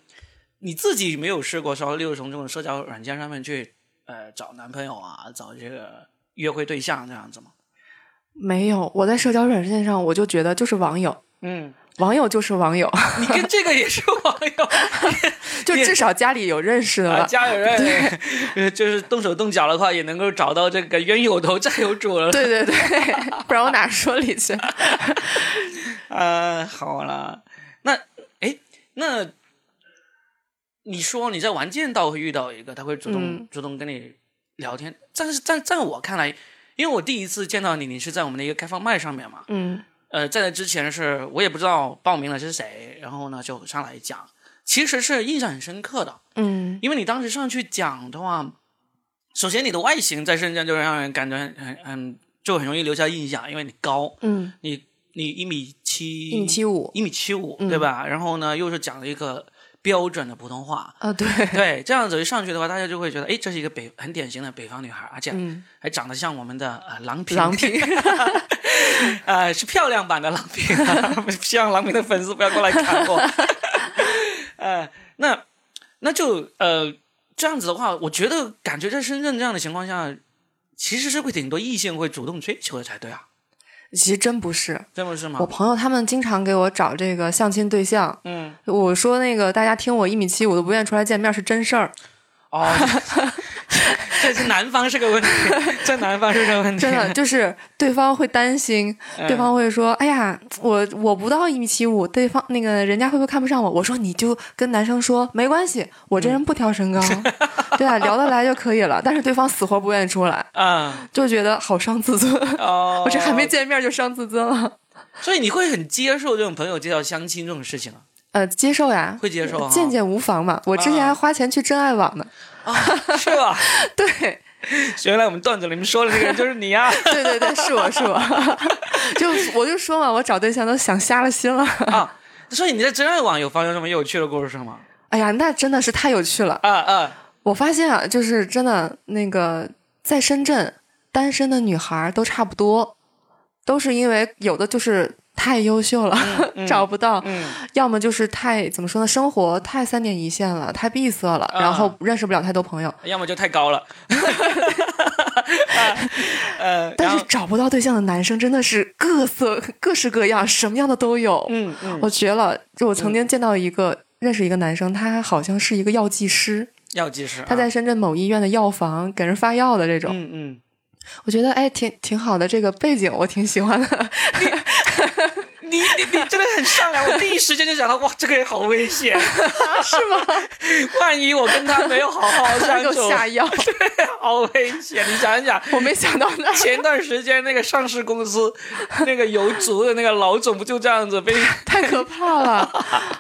B: 你自己没有试过说，例如从这种社交软件上面去呃找男朋友啊，找这个约会对象这样子吗？
D: 没有，我在社交软件上，我就觉得就是网友，
B: 嗯，
D: 网友就是 网友，
B: 你跟这个也是网友
D: 就至少家里有认识的
B: 啊，
D: 了。
B: 家里
D: 哎
B: 人呃 就是动手动脚的话，也能够找到这个冤有头债有主了。
D: 对对对，不然我哪说 理去？
B: 呃，好啦，那哎，那你说你在玩剑道会遇到一个，他会主动、
D: 嗯
B: 主动跟你聊天，但是在在我看来，因为我第一次见到你，你是在我们的一个开放麦上面嘛，
D: 嗯
B: 呃，在那之前是我也不知道报名的是谁，然后呢就上来讲，其实是印象很深刻的，
D: 嗯，
B: 因为你当时上去讲的话，首先你的外形在深圳就让人感觉很很很就很容易留下印象，因为你高，
D: 嗯，
B: 你你一米七，
D: 一米七五
B: 一米七五，
D: 嗯
B: 对吧？然后呢，又是讲了一个标准的普通话，
D: 啊， 对，
B: 对，这样子一上去的话，大家就会觉得，哎，这是一个北很典型的北方女孩，而且
D: 嗯，
B: 还长得像我们的呃郎平，
D: 郎平
B: 呃，是漂亮版的郎平、啊 希望郎平的粉丝不要过来砍我。 呃，那那就呃这样子的话，我觉得感觉在深圳这样的情况下，其实是会挺多异性会主动追求的才对啊，
D: 其实真不是，
B: 这不是吗
D: 我？朋友他们经常给我找这个相亲对象。
B: 嗯，
D: 我说那个大家听我一米七，我都不愿意出来见面，是真事 儿，
B: 哦，这是南方是个问题，在南方是个问题，
D: 真的就是对方会担心，
B: 嗯
D: 对方会说：“哎呀，我我不到一米七五，对方那个人家会不会看不上我？”我说：“你就跟男生说没关系，我这人不挑身高，
B: 嗯
D: 对啊，聊得来就可以了。”但是对方死活不愿意出来，
B: 啊、
D: 就觉得好伤自尊。
B: 哦，
D: 我这还没，见面就伤自尊了。
B: 所以你会很接受这种朋友介绍相亲这种事情啊？
D: 呃，接受呀，
B: 会接受啊
D: 见见无妨嘛。我之前还花钱去真爱 网呢。
B: 啊，是吧？
D: 对，
B: 原来我们段子里面说的那个人就是你啊！
D: 对对对，是我是我， 就我就说嘛，我找对象都想瞎了心了。
B: 啊，所以你在真爱网有发生什么有趣的故事吗？
D: 哎呀，那真的是太有趣了。
B: 啊啊，
D: 我发现啊，就是真的那个在深圳单身的女孩儿都差不多，都是因为有的就是太优秀了、 找不到，
B: 嗯
D: 要么就是太怎么说呢，生活太三点一线了，太闭塞了，
B: 啊
D: 然后认识不了太多朋友。
B: 要么就太高了， 呃，然
D: 但
B: 后
D: 是找不到对象的男生真的是各色各式各样，什么样的都有。
B: 嗯嗯，
D: 我绝了！就我曾经见到一个、认识一个男生，他好像是一个药剂师，
B: 药剂师啊，
D: 他在深圳某医院的药房给人发药的这种。
B: 嗯嗯，
D: 我觉得哎，挺挺好的，这个背景我挺喜 欢的。
B: 你你你真的很善良，我第一时间就想到，哇，这个人好危 险，
D: 啊是吗？
B: 万一我跟他没有好好
D: 他
B: 相
D: 给
B: 处
D: 我，下药，
B: 好危险！你想一想，
D: 我没想到那 儿
B: 前段时间那个上市公 司那个游族的那个老总不就这样子被
D: 太可怕 了！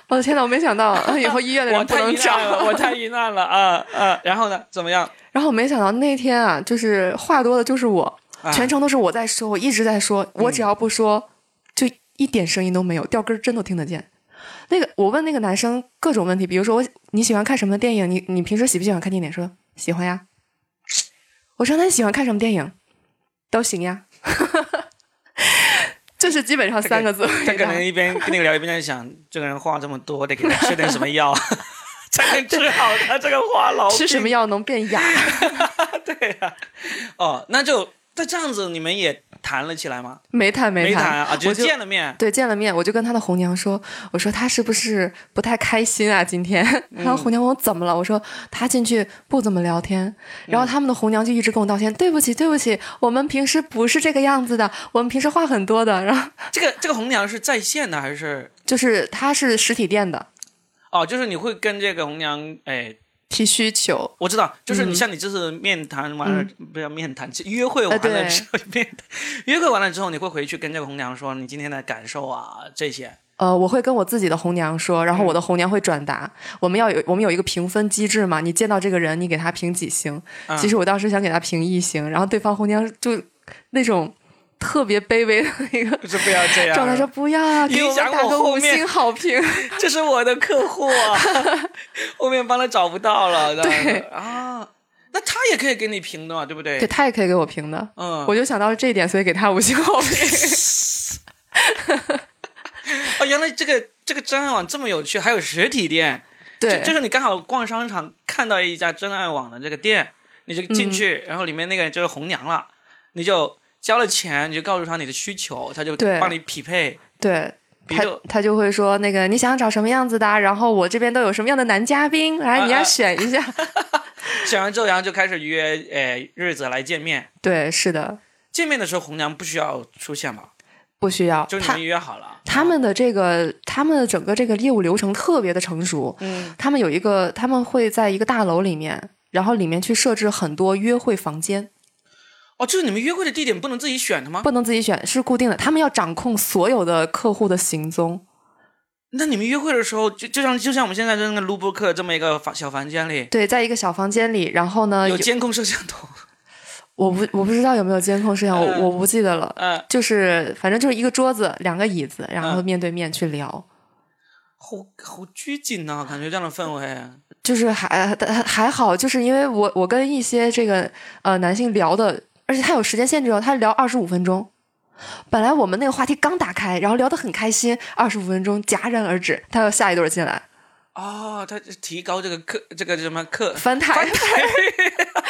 D: 我的天呐，我没想到啊以后医院的
B: 我
D: 人不
B: 太
D: 能
B: 阴暗了， 我
D: 找。
B: 太阴暗了啊啊！然后呢，怎么样？
D: 然后我没想到那天啊，就是话多的就是我，
B: 啊嗯
D: 全程都是我在说，我一直在说，我只要不说，就一点声音都没有，掉根儿针都听得见。那个我问那个男生各种问题，比如说我你喜欢看什么电影？你你平时喜不喜欢看电影？说喜欢呀。我说那你喜欢看什么电影？都行呀。 就是基本上三个字回答。
B: 他可能一边跟你聊，一边在想，这个人话这么多，得给他吃点什么 药，才能治好他这个话痨。
D: 吃什么？药能变哑？
B: 对呀、哦，那就那这样子，你们也谈了起来吗？
D: 没谈
B: 没
D: 谈
B: 啊，
D: 我
B: 就
D: 就
B: 见了面。
D: 对见了面，我就跟他的红娘说，我说他是不是不太开心啊？今天，然后红娘问我怎么了，我说他进去不怎么聊天，然后他们的红娘就一直跟我道歉，对不起，对不起，我们平时不是这个样子的，我们平时话很多的，然后
B: 这个这个红娘是在线的还是？
D: 就是他是实体店的，
B: 哦，就是你会跟这个红娘，哎，
D: 提需求，
B: 我知道，就是你像你这次面谈完了，不要面谈，约会完
D: 呃
B: 了
D: 对
B: 之后，面谈约会完了之后，你会回去跟这个红娘说你今天的感受啊这些。
D: 呃，我会跟我自己的红娘说，然后
B: 嗯
D: 我的红娘会转达。我们要有我们有一个评分机制嘛，你见到这个人，你给他评几星？
B: 嗯
D: 其实我当时想给他评一星，然后对方红娘就那种特别卑微的那个
B: 就是不要 这样。
D: 状态说不要啊，给
B: 影
D: 我
B: 响
D: 打
B: 我
D: 个
B: 后
D: 五
B: 面
D: 星好评。
B: 这是我的客户 啊，后面帮他找不到了，这样
D: 对
B: 子啊，那他也可以给你评的嘛，对不对？
D: 对，他也可以给我评的。
B: 嗯，
D: 我就想到了这一点，所以给他五星 好评。
B: 哦，原来这个这个真爱网这么有趣，还有实体店，
D: 对，
B: 就就是你刚好逛商场看到一家真爱网的这个店，你就进去，
D: 嗯
B: 然后里面那个人就是红娘了，你就交了钱，你就告诉他你的需求，他就
D: 对
B: 帮你匹配，
D: 对。
B: 比
D: 他
B: 如
D: 他就会说那个你想找什么样子的啊，然后我这边都有什么样的男嘉宾，来你
B: 啊啊
D: 来选一下。
B: 选完之后，然后就开始约呃日子来见面。
D: 对，是的，
B: 见面的时候，红娘不需要出现吧？
D: 不需要
B: 就你
D: 他
B: 们约好了。
D: 他们的这个他们的整个这个业务流程特别的成熟，
B: 嗯，
D: 他们有一个他们会在一个大楼里面，然后里面去设置很多约会房间，
B: 哦，就是你们约会的地点不能自己选的吗？
D: 不能自己选，是固定的，他们要掌控所有的客户的行踪。
B: 那你们约会的时候，就就像就像我们现在在那个录播课这么一个房小房间里，
D: 对，在一个小房间里，然后呢，
B: 有
D: 有
B: 监控摄像 头，
D: 我不我不知道有没有监控摄像，
B: 嗯
D: 我我不记得了。
B: 呃，
D: 就是，反正就是一个桌子，两个椅子，然后
B: 嗯
D: 面对面去聊，
B: 好好拘谨呐、感觉这样的氛围。
D: 就是还还还好，就是因为我我跟一些这个呃男性聊的，而且他有时间限制哦，他聊二十五分钟。本来我们那个话题刚打开，然后聊得很开心，二十五分钟戛然而止，他要下一对儿进来，
B: 哦，他提高这个课，这个什么课？
D: 翻台，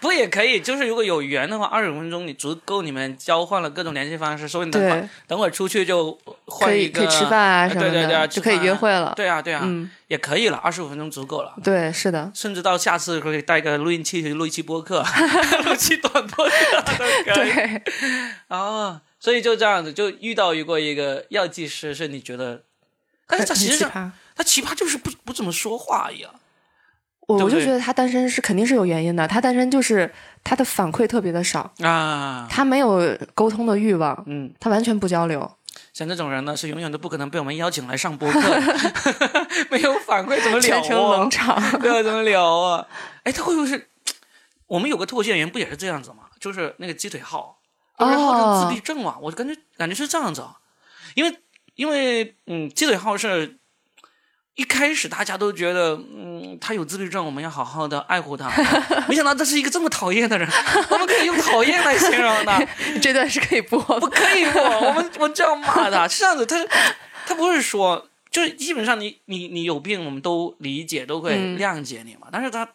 B: 不过也可以，就是如果有缘的话，二十分钟你足够你们交换了各种联系方式，说你等会
D: 对
B: 儿，等会儿出去就
D: 可
B: 换一
D: 以
B: 个，
D: 可以吃饭啊
B: 呃
D: 什么的，
B: 对对对啊，
D: 就可以约会
B: 了。
D: 了。
B: 对啊，对啊，
D: 嗯，
B: 也可以了，二十五分钟足够了。
D: 对，是的，
B: 甚至到下次可以带个录音器去录一期播 客，录一期短播客都可以。
D: 对，
B: 哦，所以就这样子，就遇到过一个药剂师，是你觉得，但是他
D: 很
B: 其实
D: 奇
B: 上
D: 葩。
B: 他奇葩就是不不怎么说话一样。
D: 我
B: 对不
D: 我就
B: 对
D: 觉得他单身是肯定是有原因的，他单身就是他的反馈特别的少，
B: 啊，
D: 他没有沟通的欲望，
B: 嗯，
D: 他完全不交流。
B: 像这种人呢，是永远都不可能被我们邀请来上播客的， 没有反馈怎么
D: 全程
B: 聊
D: 冷
B: 啊？
D: 场。
B: 对啊，怎么聊啊？哎，他会不会是？我们有个脱口秀演员不也是这样子吗？就是那个鸡腿号，
D: 哦
B: 然后就自闭症嘛，我感觉感觉是这样子啊，因为因为嗯，鸡腿号是一开始大家都觉得嗯，他有自闭症，我们要好好的爱护他，没想到这是一个这么讨厌的人，我们可以用讨厌来形容他。
D: 这段是可以播
B: 不
D: 的，
B: 可以不，我们我就要骂 他，是这样子，他他不是说，就是基本上你你你有病，我们都理解，都会
D: 嗯
B: 谅解你嘛。但是他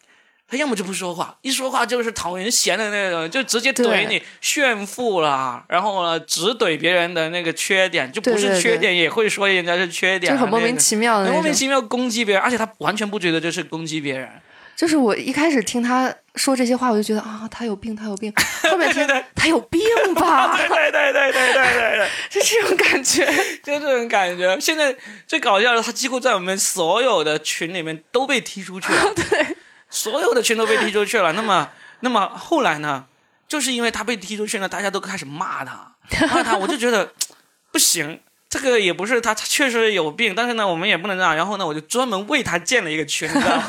B: 他要么就不说话，一说话就是讨人嫌的那种，就直接怼
D: 对
B: 你炫富啦，然后呢只怼别人的那个缺点，就不
D: 对
B: 是
D: 对
B: 缺点
D: 对
B: 也会说人家是缺点
D: 就
B: 啊，
D: 很莫
B: 那
D: 名
B: 个
D: 其妙的
B: 很莫
D: 那
B: 名
D: 种。
B: 其妙攻击别人，而且他完全不觉得这是攻击别 人。
D: 就是我一开始听他说这些话，我就觉得啊，他有病，他 有病。后面听他有病吧，
B: 对对对对对对对对。
D: 是这种 感觉。
B: 就这种感觉。现在最搞笑的，他几乎在我们所有的群里面都被踢出去了，
D: 对，
B: 所有的群都被踢出去了。那么，那么后来呢？就是因为他被踢出去呢，大家都开始骂他，骂他，我就觉得不行。这个也不是他，他确实有病，但是呢，我们也不能这样。然后呢，我就专门为他建了一个群，你知道吗？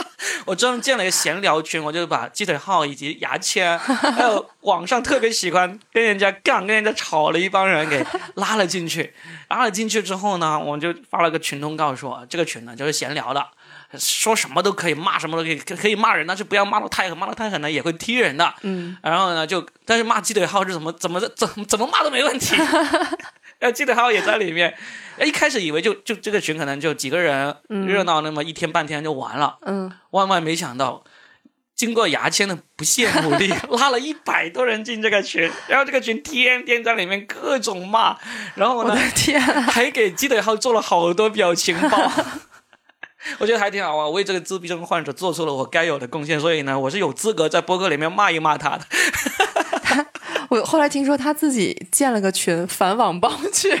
B: 我专门建了一个闲聊群，我就把鸡腿号以及牙签，还有网上特别喜欢跟人家杠、跟人家吵了一帮人给拉了进去。拉了进去之后呢，我就发了个群通告说，这个群呢就是闲聊的，说什么都可以，骂什么都可以，可可以骂人，但是不要骂到太狠，骂到太狠呢也会踢人的。
D: 嗯，
B: 然后呢，就但是骂鸡腿号是怎么怎么怎么怎么骂都没问题。然后鸡腿号也在里面，一开始以为就就这个群可能就几个人热闹那么一天半天就完了，
D: 嗯，
B: 万万没想到，经过牙签的不懈努力，拉了一百多人进这个群，然后这个群天天在里面各种骂，然后
D: 我的
B: 呢，
D: 天啊，
B: 还给鸡腿号做了好多表情包。 我觉得还挺好玩，为这个自闭症患者做出了我该有的贡献，所以呢，我是有资格在播客里面骂一骂他的。
D: 我后来听说他自己建了个群，反网暴群。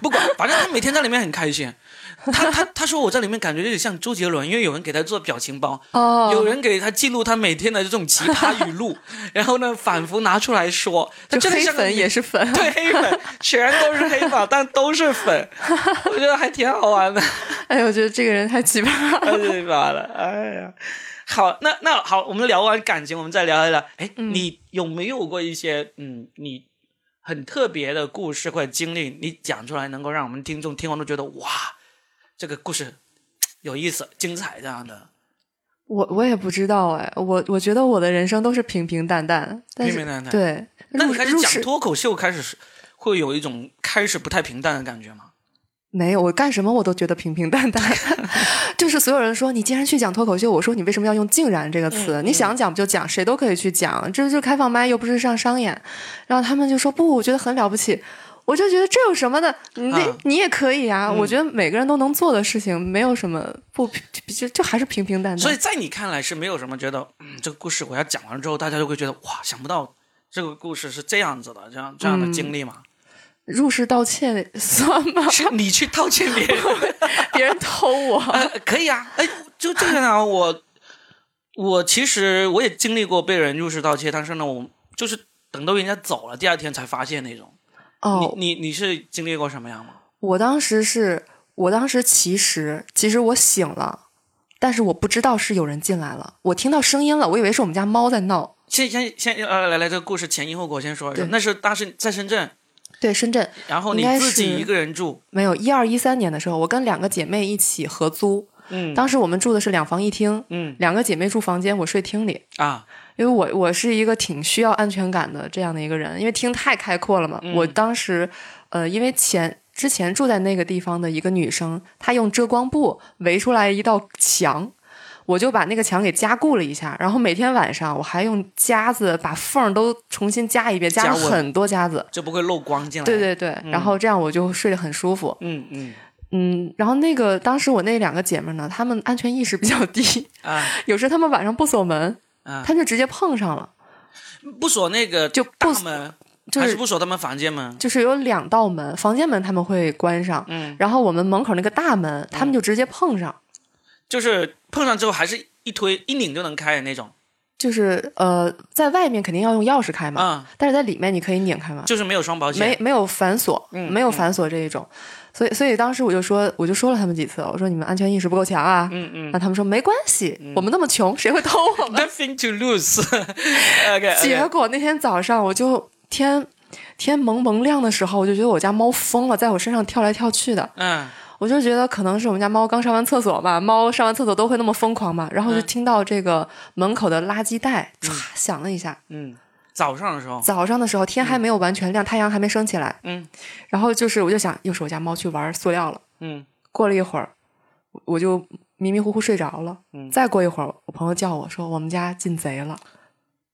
B: 不管，反正他每天在里面很开心。他他他说我在里面感觉有点像周杰伦，因为有人给他做表情包，
D: 哦，
B: 有人给他记录他每天的这种奇葩语 录，然后呢反复拿出来说，他
D: 就
B: 真的
D: 黑
B: 像个
D: 粉也是粉，
B: 对黑粉，全都是黑粉，但都是粉，我觉得还挺好玩的。
D: 哎呦，我觉得这个人太奇葩 了。
B: 太对吧了，哎呀，好，那那好，我们聊完感情，我们再聊一聊，哎，
D: 嗯
B: 你有没有过一些嗯，你很特别的故事或者经历，你讲出来能够让我们听众听完都觉得哇，这个故事有意思、精彩这样的，
D: 我我也不知道哎，我我觉得我的人生都是平平淡淡，但是
B: 平平淡淡
D: 对。
B: 那
D: 入
B: 你开始
D: 入
B: 讲
D: 世
B: 脱口秀，开始是会有一种开始不太平淡的感觉吗？
D: 没有，我干什么我都觉得平平淡淡。就是所有人说你竟然去讲脱口秀，我说你为什么要用“竟然”这个词？你想讲就讲，谁都可以去讲，这就是开放麦，又不是上商演。然后他们就说不，我觉得很了不起。我就觉得这有什么的？你那、
B: 啊
D: 你也可以啊、我觉得每个人都能做的事情，没有什么不就就还是平平淡淡。
B: 所以在你看来是没有什么觉得，嗯，这个故事我要讲完之后，大家就会觉得哇，想不到这个故事是这样子的，这样这样的
D: 嗯
B: 经历 吗？
D: 入室盗窃算吗？
B: 是你去道歉别人。
D: 别人偷我，
B: 呃，可以啊，哎，就这个呢，我我其实我也经历过被人入室盗窃，但是呢，我就是等到人家走了，第二天才发现那种。
D: 哦，
B: 你你你是经历过什么样吗？
D: 我当时是，我当时其实其实我醒了，但是我不知道是有人进来了，我听到声音了，我以为是我们家猫在闹。
B: 先先先呃，来来，这个故事前因后果先说一说。
D: 对
B: 那是当时在深圳，
D: 对，深圳
B: 然后你
D: 应该
B: 自己
D: 是
B: 一个人住，
D: 没有一二一三年的时候，我跟两个姐妹一起合租，
B: 嗯
D: 当时我们住的是两房一厅，
B: 嗯
D: 两个姐妹住房间，我睡厅里，
B: 啊，
D: 因为我我是一个挺需要安全感的这样的一个人，因为厅太开阔了嘛。我当时呃，因为前之前住在那个地方的一个女生，她用遮光布围出来一道墙。我就把那个墙给加固了一下，然后每天晚上我还用夹子把缝儿都重新夹一遍，加
B: 加
D: 了
B: 稳
D: 很多夹子。
B: 就不会漏光进来。
D: 对，对对，然后这样我就睡得很舒服。
B: 嗯嗯
D: 嗯，然后那个当时我那两个姐妹呢，她们安全意识比较低，
B: 啊
D: 有时候她们晚上不锁门，
B: 啊
D: 她，们就直接碰上了，
B: 不锁那个
D: 就
B: 大
D: 不
B: 门，
D: 就
B: 还
D: 是
B: 是不锁他们房间门？
D: 就是有两道门，房间门他们会关上，
B: 嗯，
D: 然后我们门口那个大门，他们就直接碰上，
B: 就是碰上之后还是一推一拧就能开的那种
D: 就是呃，在外面肯定要用钥匙开嘛，
B: 啊，
D: 但是在里面你可以拧开嘛，
B: 就是没有双保险。
D: 嗯没没有反锁，没有反锁这一种，所以所以当时我就说，我就说了他们几次，我说你们安全意识不够强啊，嗯嗯，那他们说没关系，我们那么穷，谁会偷我们？
B: Nothing to lose okay,
D: 结
B: OK，
D: 果那天早上我就天天蒙蒙亮的时候，我就觉得我家猫疯了，在我身上跳来跳去的，
B: 嗯
D: 我就觉得可能是我们家猫刚上完厕所吧，猫上完厕所都会那么疯狂嘛。然后就
B: 嗯
D: 听到这个门口的垃圾袋唰、响了一下，
B: 嗯，早上的时候，
D: 早上的时候天还没有完全亮，太阳还没升起来。
B: 嗯
D: 然后就是我就想，又是我家猫去玩塑料了。
B: 嗯
D: 过了一会儿，我就迷迷糊糊睡着了。
B: 嗯
D: 再过一会儿，我朋友叫我说我们家进贼了，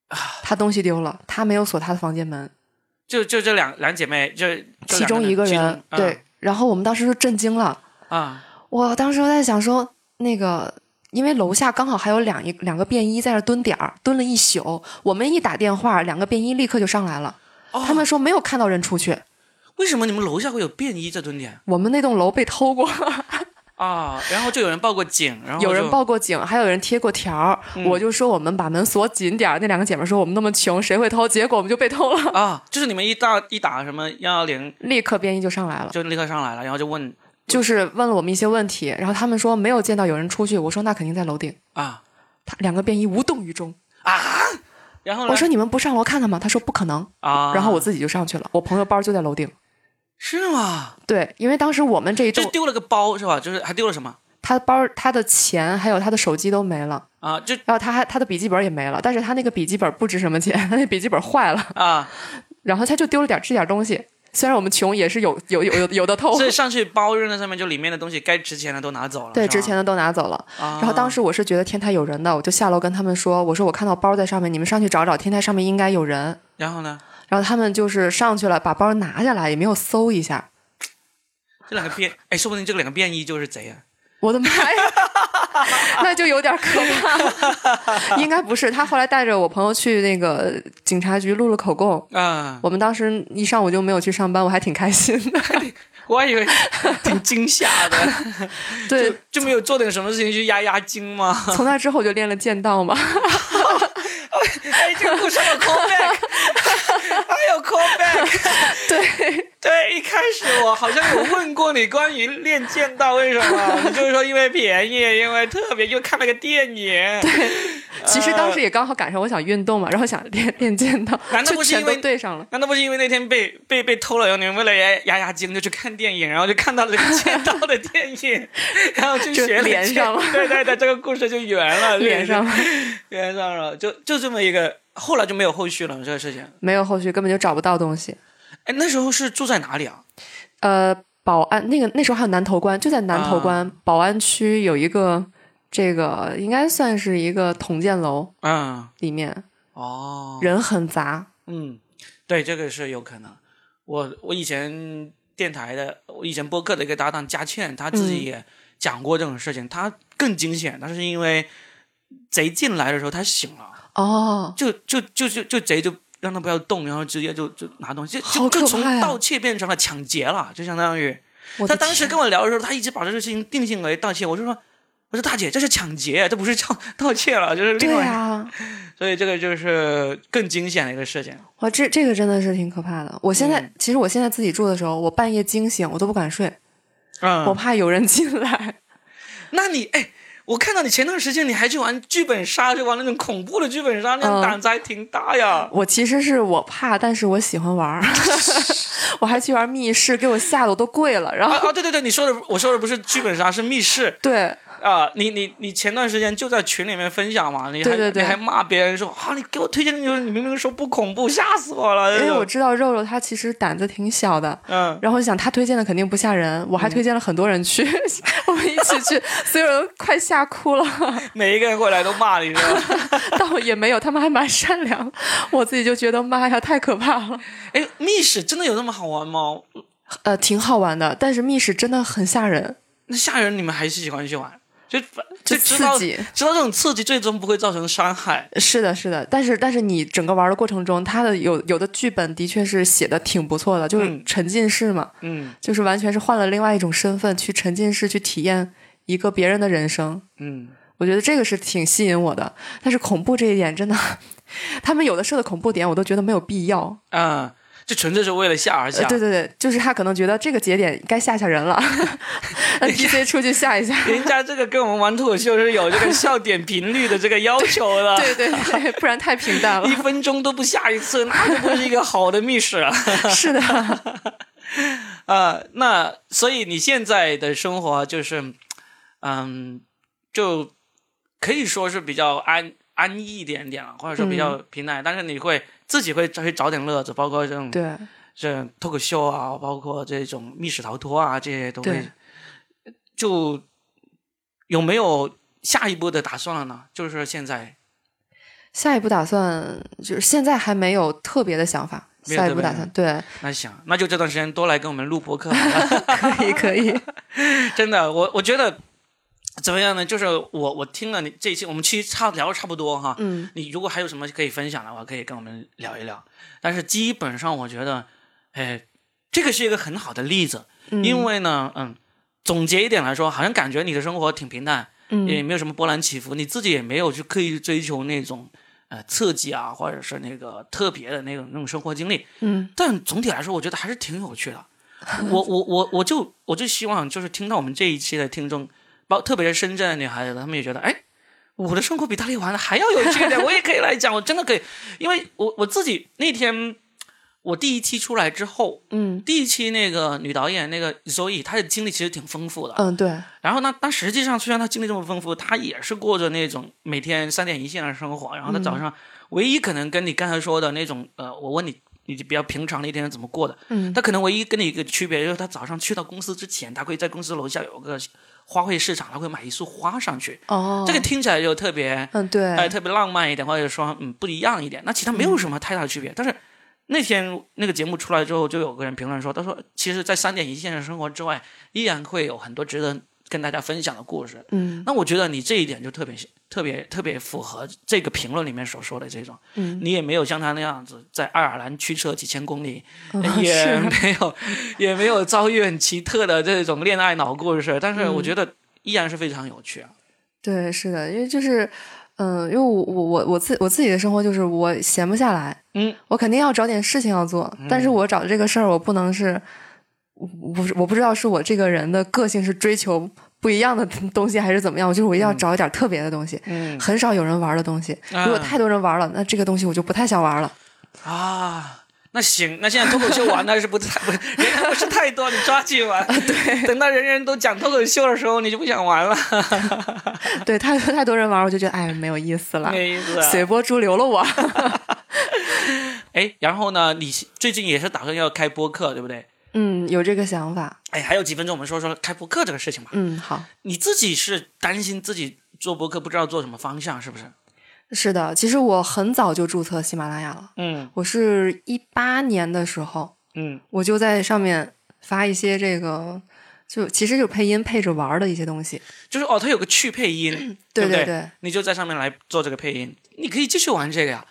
B: 啊
D: 他东西丢了，他没有锁他的房间门。
B: 就就这两两姐妹，就就
D: 其中
B: 两
D: 一个
B: 其中
D: 人
B: 嗯
D: 对，然后我们当时就震惊了。
B: 啊，
D: 我当时在想说，那个因为楼下刚好还有两一两个便衣在那蹲点儿，蹲了一宿。我们一打电话，两个便衣立刻就上来了。
B: 哦
D: 他们说没有看到人出去，
B: 为什么你们楼下会有便衣在蹲点
D: 我们那栋楼被偷过，
B: 啊？然后就有人报过警，然后
D: 有人
B: 就嗯
D: 报过警，还有人贴过条儿。我就说我们把门锁紧点儿。那两个姐妹说我们那么穷，谁会偷？结果我们就被偷了，
B: 啊，就是你们一到一打什么幺幺零，
D: 立刻便衣就上来了，
B: 就立刻上来了，然后就问
D: 就是问了我们一些问题，然后他们说没有见到有人出去。我说那肯定在楼顶。
B: 啊
D: 他两个便衣无动于衷。
B: 啊，然后呢
D: 我说你们不上楼看看吗？他说不可能。
B: 啊，
D: 然后我自己就上去了，我朋友包就在楼顶。
B: 是吗？
D: 对，因为当时我们这一
B: 就是
D: 栋，
B: 丢了个包是吧？就是还丢了什么
D: 他包、他的钱还有他的手机都没了，
B: 啊？就
D: 然后他还他的笔记本也没了，但是他那个笔记本不值什么钱，他那笔记本坏了，
B: 啊，
D: 然后他就丢了点这点东西。虽然我们穷，也是有有有有有的偷
B: 所，以上去包扔在上面，就里面的东西该值钱的都拿走了，
D: 对，
B: 是吧
D: 值钱的都拿走了。
B: 啊
D: 然后当时我是觉得天台有人的，我就下楼跟他们说，我说我看到包在上面，你们上去找找，天台上面应该有人。
B: 然后呢，
D: 然后他们就是上去了，把包拿下来，也没有搜一下。
B: 这两个变，哎，说不定这两个变异就是贼啊！
D: 我的妈呀， 那就有点可怕。 应该不是，他后来带着我朋友去那个警察局录了口供。
B: 啊、
D: 我们当时一上午就没有去上班，我还挺开心的。
B: 我还以为挺惊吓的，
D: 对
B: 就，就没有做点什么事情去压压惊吗？
D: 从那之后就练了剑 道嘛。
B: 哎，这个故事有 callback，还有 callback。
D: 对，
B: 对，一开始我好像有问过你关于练剑道为什么，你就是说因为便宜，因为特别，又看了个电影。
D: 其实当时也刚好赶上我想运动嘛，然后想练练剑道
B: 难，道
D: 就
B: 不是
D: 全
B: 因
D: 都
B: 为
D: 对上了。
B: 难道不是因为那天被被被偷了，然后你们为了压压压惊就去看电影，然后就看到了剑道的电影，然后就
D: 就
B: 学了
D: 连
B: 剑
D: 上了
B: 对对对，这个故事就圆了，
D: 连上了，
B: 圆上了，就就这么一个，后来就没有后续了这个事情。
D: 没有后续，根本就找不到东西。
B: 哎，那时候是住在哪里啊？
D: 呃，保安那个那时候还有南头关，就在南头
B: 啊
D: 关、保安区有一个这个应该算是一个统建楼
B: 嗯，
D: 里面，
B: 哦，
D: 人很杂。
B: 嗯，对，这个是有可能。我我以前电台的，我以前播客的一个搭档佳倩，她自
D: 嗯
B: 己也讲过这种事情，她更惊险，但是因为贼进来的时候，她醒了。
D: 哦，
B: 就就就就就贼就让他不要动，然后直接就就拿东西，就
D: 好
B: 就
D: 可
B: 从
D: 怕呀
B: 盗窃变成了抢劫了，就相当于
D: 我的
B: 他当时
D: 天
B: 跟我聊的时候，他一直把这个事情定性为盗窃，我就说。我说大姐，这是抢劫，这不是盗 盗窃了，就是另
D: 对
B: 外，
D: 啊，
B: 所以这个就是更惊险的一个事情。
D: 哇，这这个真的是挺可怕的。我现在、
B: 嗯
D: 其实我现在自己住的时候，我半夜惊醒，我都不敢睡，我
B: 嗯，
D: 怕有人进来。
B: 那你哎，我看到你前段时间你还去玩剧本杀，就玩那种恐怖的剧本杀，那
D: 嗯
B: 胆子还挺大呀。
D: 我其实是我怕，但是我喜欢 玩儿，我还去玩密室，给我吓得我都跪了。然后、
B: 啊啊，对对对，你说的我说的不是剧本杀，是密室。
D: 对，
B: 啊、你你你前段时间就在群里面分享嘛，你还
D: 对对对
B: 你还骂别人说啊，你给我推荐的就是你明明说不恐怖，吓死我了。
D: 因
B: 这
D: 为
B: 种
D: 我知道肉肉他其实胆子挺小的，
B: 嗯，
D: 然后想他推荐的肯定不吓人，我还推荐了很多人去， 我们一起去，所有人都快吓哭了，
B: 每一个人过来都骂你，是吧？
D: 倒也没有，他们还蛮善良，我自己就觉得妈呀，太可怕了。
B: 哎，密室真的有那么好玩吗？
D: 呃，挺好玩的，但是密室真的很吓人，
B: 那吓人，你们还是喜欢去玩？就
D: 就
B: 知道
D: 刺激
B: 知道这种刺激最终不会造成伤害。
D: 是的，是的，但是但是你整个玩的过程中，它的有有的剧本的确是写的挺不错的，就是
B: 嗯
D: 沉浸式嘛，
B: 嗯
D: 就是完全是换了另外一种身份去沉浸式去体验一个别人的人生，
B: 嗯，
D: 我觉得这个是挺吸引我的。但是恐怖这一点真的， 他们有的设的恐怖点我都觉得没有必要。
B: 啊、就纯粹是为了吓而吓。
D: 呃、对对对，就是他可能觉得这个节点该吓吓人 了，NPC 出去吓一吓。
B: 人家这个跟我们玩脱口秀是有这个笑点频率的这个要求的，
D: 对对对，不然太平淡
B: 一
D: 了。
B: 分钟都不下一次，那就不是一个好的密室了。
D: 是 的，
B: 啊，那所以你现在的生活就是，嗯，就可以说是比较安安逸一点点了，或者说比较
D: 嗯
B: 平淡，但是你会自己会去找点乐子，包括这种
D: 对
B: 这种脱口秀啊，包括这种密室逃脱啊，这些都会
D: 对。
B: 就有没有下一步的打算了呢？就是现在
D: 下一步打算就是现在还没有特别的想法，
B: 没有特
D: 下一步
B: 别
D: 打
B: 的
D: 算对，
B: 那想，那就这段时间多来跟我们录播客吧。
D: 可 以可以，
B: 真的，我我觉得怎么样呢？就是我我听了你这一期，我们其实差聊的差不多哈。
D: 嗯，
B: 你如果还有什么可以分享的话，可以跟我们聊一聊。但是基本上，我觉得，哎，这个是一个很好的例子，
D: 嗯
B: 因为呢，嗯，总结一点来说，好像感觉你的生活挺平淡，也
D: 嗯
B: 没有什么波澜起伏，你自己也没有去刻意追求那种呃刺激啊，或者是那个特别的那种那种生活经历。
D: 嗯，
B: 但总体来说，我觉得还是挺有趣的。我我我我就我就希望就是听到我们这一期的听众，包特别是深圳的女孩子，她们也觉得，哎，我的生活比大力丸还要有趣一点，我也可以来讲，我真的可以，因为我我自己那天我第一期出来之后，
D: 嗯
B: 第一期那个女导演那个 Zoe，她的经历其实挺丰富的，
D: 嗯对，
B: 然后呢，但实际上虽然他经历这么丰富，他也是过着那种每天三点一线的生活。然后
D: 嗯
B: 他早上唯一可能跟你刚才说的那种，呃，我问你，你比较平常的一天是怎么过的？
D: 嗯
B: 他可能唯一跟你一个区别就是，他早上去到公司之前，他会在公司楼下有个花卉市场，他会买一束花上去。
D: 哦，
B: 这个听起来就特别，
D: 嗯对，
B: 哎，特别浪漫一点，或者说嗯不一样一点。那其他没有什么太大的区别。但是那天那个节目出来之后，就有个人评论说，他说其实，在三点一线的生活之外，依然会有很多值得跟大家分享的故事。
D: 嗯
B: 那我觉得你这一点就特别特别特别符合这个评论里面所说的这种，
D: 嗯，
B: 你也没有像他那样子在爱尔兰驱车几千公里，
D: 嗯
B: 也
D: 是
B: 没有也没有遭遇很奇特的这种恋爱脑故事，但是我觉得依然是非常有趣啊。
D: 对，是的，因为就是，嗯、因为我我我我自我自己的生活就是我闲不下来，
B: 嗯，
D: 我肯定要找点事情要做，但是我找这个事儿，我不能是，我我我不知道是我这个人的个性是追求不一样的东西还是怎么样，我就是我一定要找一点特别的东西，
B: 嗯
D: 很少有人玩的东西。如果
B: 啊
D: 太多人玩了，那这个东西我就不太想 玩了。
B: 啊，那行， 那现在脱口秀玩的是不太不人还不是太多，你抓紧玩。啊对，啊等到人人都讲脱口秀的时候，你就不想玩了，
D: 对，太太多人玩，我就觉得哎没有意思了，
B: 没意思啊。
D: 随波逐流了我。
B: 哎，然后呢，你最近也是打算要开播客，对不对？
D: 嗯，有这个想法。
B: 哎，还有几分钟，我们说说开播客这个事情吧。
D: 嗯，好。
B: 你自己是担心自己做播客不知道做什么方向，是不是？
D: 是的，其实我很早就注册喜马拉雅了，
B: 嗯
D: 我是一八年的时候，
B: 嗯
D: 我就在上面发一些这个，就其实就是配音配着玩儿的一些东西。
B: 就是哦，它有个去配音，
D: 对
B: 不
D: 对
B: 嗯对
D: 对
B: 你就在上面来做这个配音，你可以继续玩这个呀，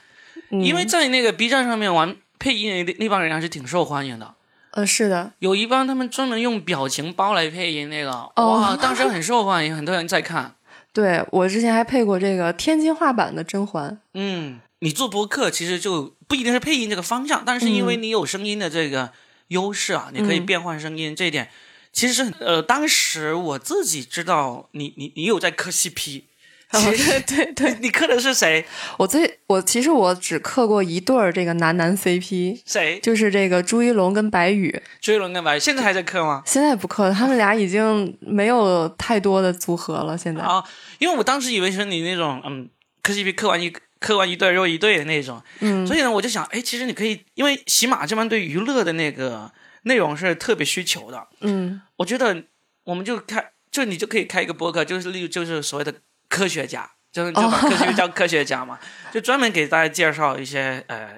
D: 嗯
B: 因为在那个 B 站上面玩配音的那那帮人还是挺受欢迎的。
D: 呃，是的，
B: 有一帮他们专门用表情包来配音那个，
D: 哦
B: 哇，当时很受欢迎，很多人在看。
D: 对我之前还配过这个天津话版的 甄嬛。
B: 嗯，你做播客其实就不一定是配音这个方向，但是因为你有声音的这个优势啊，
D: 嗯
B: 你可以变换声音，这一点其实是很呃，当时我自己知道你你你有在磕 CP，其实
D: 对 对，
B: 你磕的是谁
D: 我最我其实我只刻过一对儿这个男男 CP，
B: 谁？
D: 就是这个朱一龙跟白宇，
B: 追龙跟白，现在还在磕吗？
D: 现在不刻了，他们俩已经没有太多的组合了。现在，
B: 啊，因为我当时以为是你那种嗯磕 CP 磕完一磕完一对又一对的那种，
D: 嗯
B: 所以呢，我就想，哎，其实你可以，因为喜马这帮对娱乐的那个内容是特别需求的，
D: 嗯
B: 我觉得我们就开，就你就可以开一个播客，就是例如就是所谓的科学家，就是就把科学叫科学家嘛，就专门给大家介绍一些呃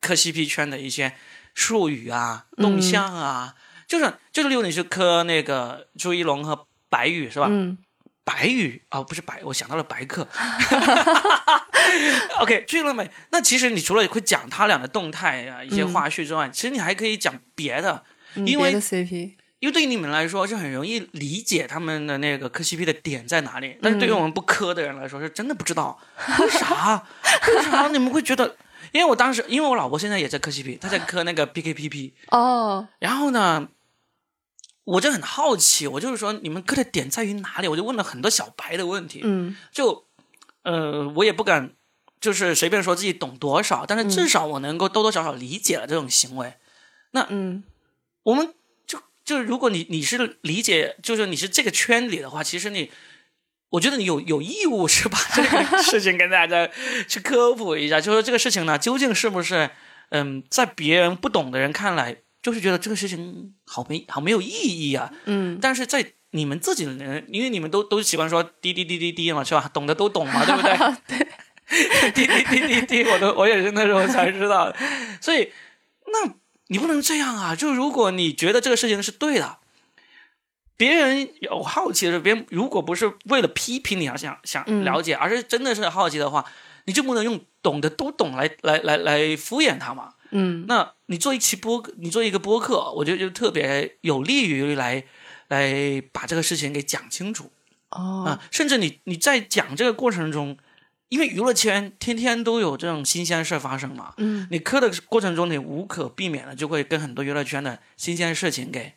B: 磕 CP 圈的一些术语啊、动向啊，就是就是例如你去磕那个朱一龙和白宇是吧？
D: 嗯，
B: 白宇啊、不是白，我想到了白 客。OK，去了没？那其实你除了会讲他俩的动态啊、一些花絮之外，其实你还可以讲别的，
D: 嗯
B: 因
D: 别
B: 为
D: 的 CP，
B: 因为对于你们来说是很容易理解他们的那个磕 CP 的点在哪
D: 嗯
B: 里，但是对于我们不磕的人来说，是真的不知道为啥，为啥你们会觉得？因为我当时，因为我老婆现在也在磕 CP，她在磕那个 PKPP，
D: 哦，
B: 然后呢，我就很好奇，我就是说你们磕的点在于哪里？我就问了很多小白的问题，
D: 嗯
B: 就呃，我也不敢就是随便说自己懂多少，但是至少我能够多多少少理解了这种行为。
D: 嗯。
B: 我们就就如果你你是理解，就是你是这个圈里的话，其实你。我觉得你有有义务是把这个事情跟大家去科普一下，就说这个事情呢，究竟是不是，嗯，在别人不懂的人看来，就是觉得这个事情好没好没有意义啊，
D: 嗯，
B: 但是在你们自己的人，因为你们都都喜欢说滴滴滴滴滴嘛，是吧？懂的都懂 嘛，对不对？滴滴滴滴滴，我都我也是那时候才知道的，所以那你不能这样啊！就如果你觉得这个事情是对的，别人有好奇的时候，别人如果不是为了批评你而啊想想
D: 嗯
B: 了解，而是真的是好奇的话，你就不能用懂的都懂来来来来敷衍他嘛。
D: 嗯，
B: 那你做一期播客，你做一个播客，我觉得就特别有利于来来把这个事情给讲清楚啊、
D: 哦，
B: 甚至你你在讲这个过程中，因为娱乐圈天天都有这种新鲜事儿发生嘛，
D: 嗯，
B: 你磕的过程中，你无可避免的就会跟很多娱乐圈的新鲜事情给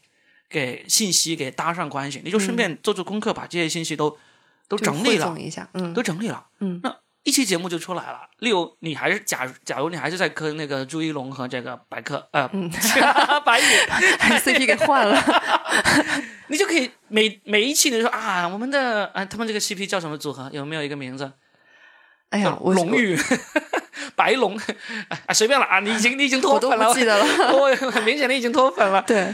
B: 给信息给搭上关系，你就顺便做做功课，把这些信息都都
D: 嗯就
B: 整
D: 汇
B: 理了
D: 总，一下， 嗯，
B: 都整理了。
D: 嗯
B: 那一期节目就出来了。例如，你还是假如假如你还是在磕那个朱一龙和这个白客呃、
D: 嗯
B: 白宇，
D: 还 CP 给换 了，
B: 你就可以每每一期你就说啊，我们的啊他们这个 CP 叫什么组合？有没有一个名字？
D: 哎呀，我
B: 龙玉。 白龙， 啊，随便了啊！你已经你已经脱
D: 我都
B: 粉了，
D: 不记 得了
B: 我很明显你已经脱 粉了。
D: 对，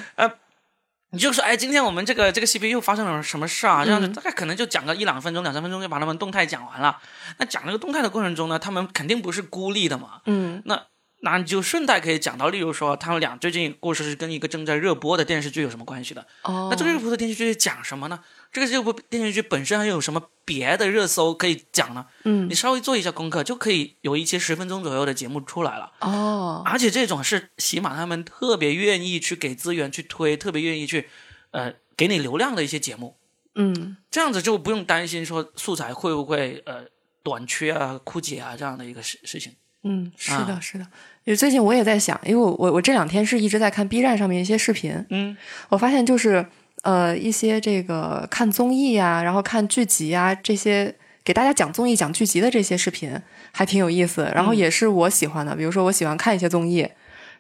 B: 你就说，哎，今天我们这个这个 CP 又发生了什么事
D: 嗯
B: 啊？这样子大概可能就讲个一两分钟、两三分钟就把他们动态讲完了。那讲那个动态的过程中呢，他们肯定不是孤立的嘛，
D: 嗯，
B: 那那你就顺带可以讲到，例如说他们俩最近故事是跟一个正在热播的电视剧有什么关系的？
D: 哦，
B: 那这个热播的电视剧是讲什么呢？这个热播电视剧本身还有什么别的热搜可以讲呢？
D: 嗯
B: 你稍微做一下功课，就可以有一期十分钟左右的节目出来了。
D: 哦，
B: 而且这种是喜马他们特别愿意去给资源去推，特别愿意去呃给你流量的一些节目，
D: 嗯
B: 这样子就不用担心说素材会不会呃短缺啊、枯竭啊这样的一个事事情。
D: 嗯，是
B: 啊
D: 的，是的。因为最近我也在想，因为我我我这两天是一直在看 B 站上面一些视频，
B: 嗯
D: 我发现就是呃一些这个看综艺啊，然后看剧集啊这些。给大家讲综艺、讲剧集的这些视频还挺有意思，然
B: 嗯
D: 后也是我喜欢的。比如说，我喜欢看一些综艺，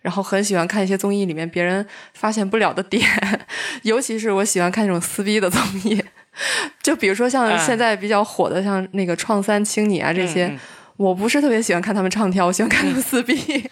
D: 然后很喜欢看一些综艺里面别人发现不了的点， 尤其是我喜欢看那种撕逼的综艺， 就比如说像
B: 嗯
D: 现在比较火的，像那个《创三青你》啊这些，
B: 嗯嗯嗯
D: 我不是特别喜欢看他们唱跳，我喜欢看他们撕逼。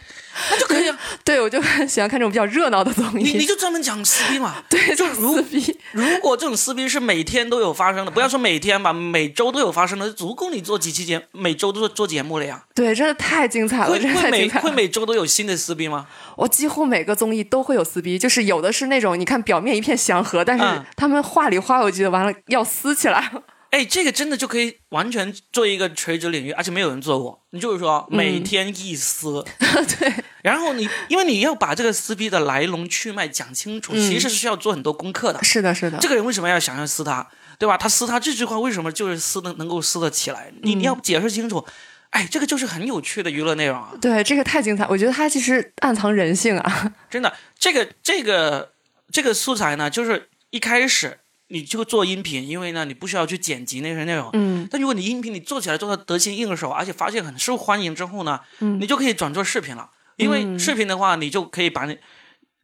B: 那就可以啊，
D: 对，我就很喜欢看这种比较热闹的综
B: 你你
D: 艺。
B: 就专门讲撕逼嘛。
D: 对，
B: 就
D: 就是
B: 如
D: 撕逼。
B: 如果这种撕逼是每天都有发生的，不要说每天吧，每周都有发生的，足够你做几期节，每周都做做节目了呀。
D: 对，真的太精彩了，
B: 会
D: 真的
B: 会
D: 太精
B: 每
D: 彩
B: 会
D: 了。
B: 每周都有新的撕逼吗？
D: 我几乎每个综艺都会有撕逼，就是有的是那种你看表面一片祥和，但
B: 嗯
D: 是他们话里话外，我觉得完了要撕起来了。
B: 哎，这个真的就可以完全做一个垂直领域，而且没有人做过。你就是说
D: 嗯
B: 每天一撕，
D: 对，
B: 然后你因为你要把这个撕逼的来龙去脉讲清楚，其实是需要做很多功课的。
D: 嗯是的，是的
B: 这，个人为什么要想要撕他，对吧？他撕他这句话为什么就是撕的能够撕得起来？
D: 嗯
B: 你你要解释清楚。哎，这个就是很有趣的娱乐内容啊！
D: 对，这个太精彩。我觉得他其实暗藏人性啊。
B: 真的，这个这个这个素材呢，就是一开始你就做音频，因为呢你不需要去剪辑那些内容。
D: 嗯，
B: 但如果你音频你做起来做到得心应手，而且发现很受欢迎之后呢，你就可以转做视频了。因为视频的话，你就可以把你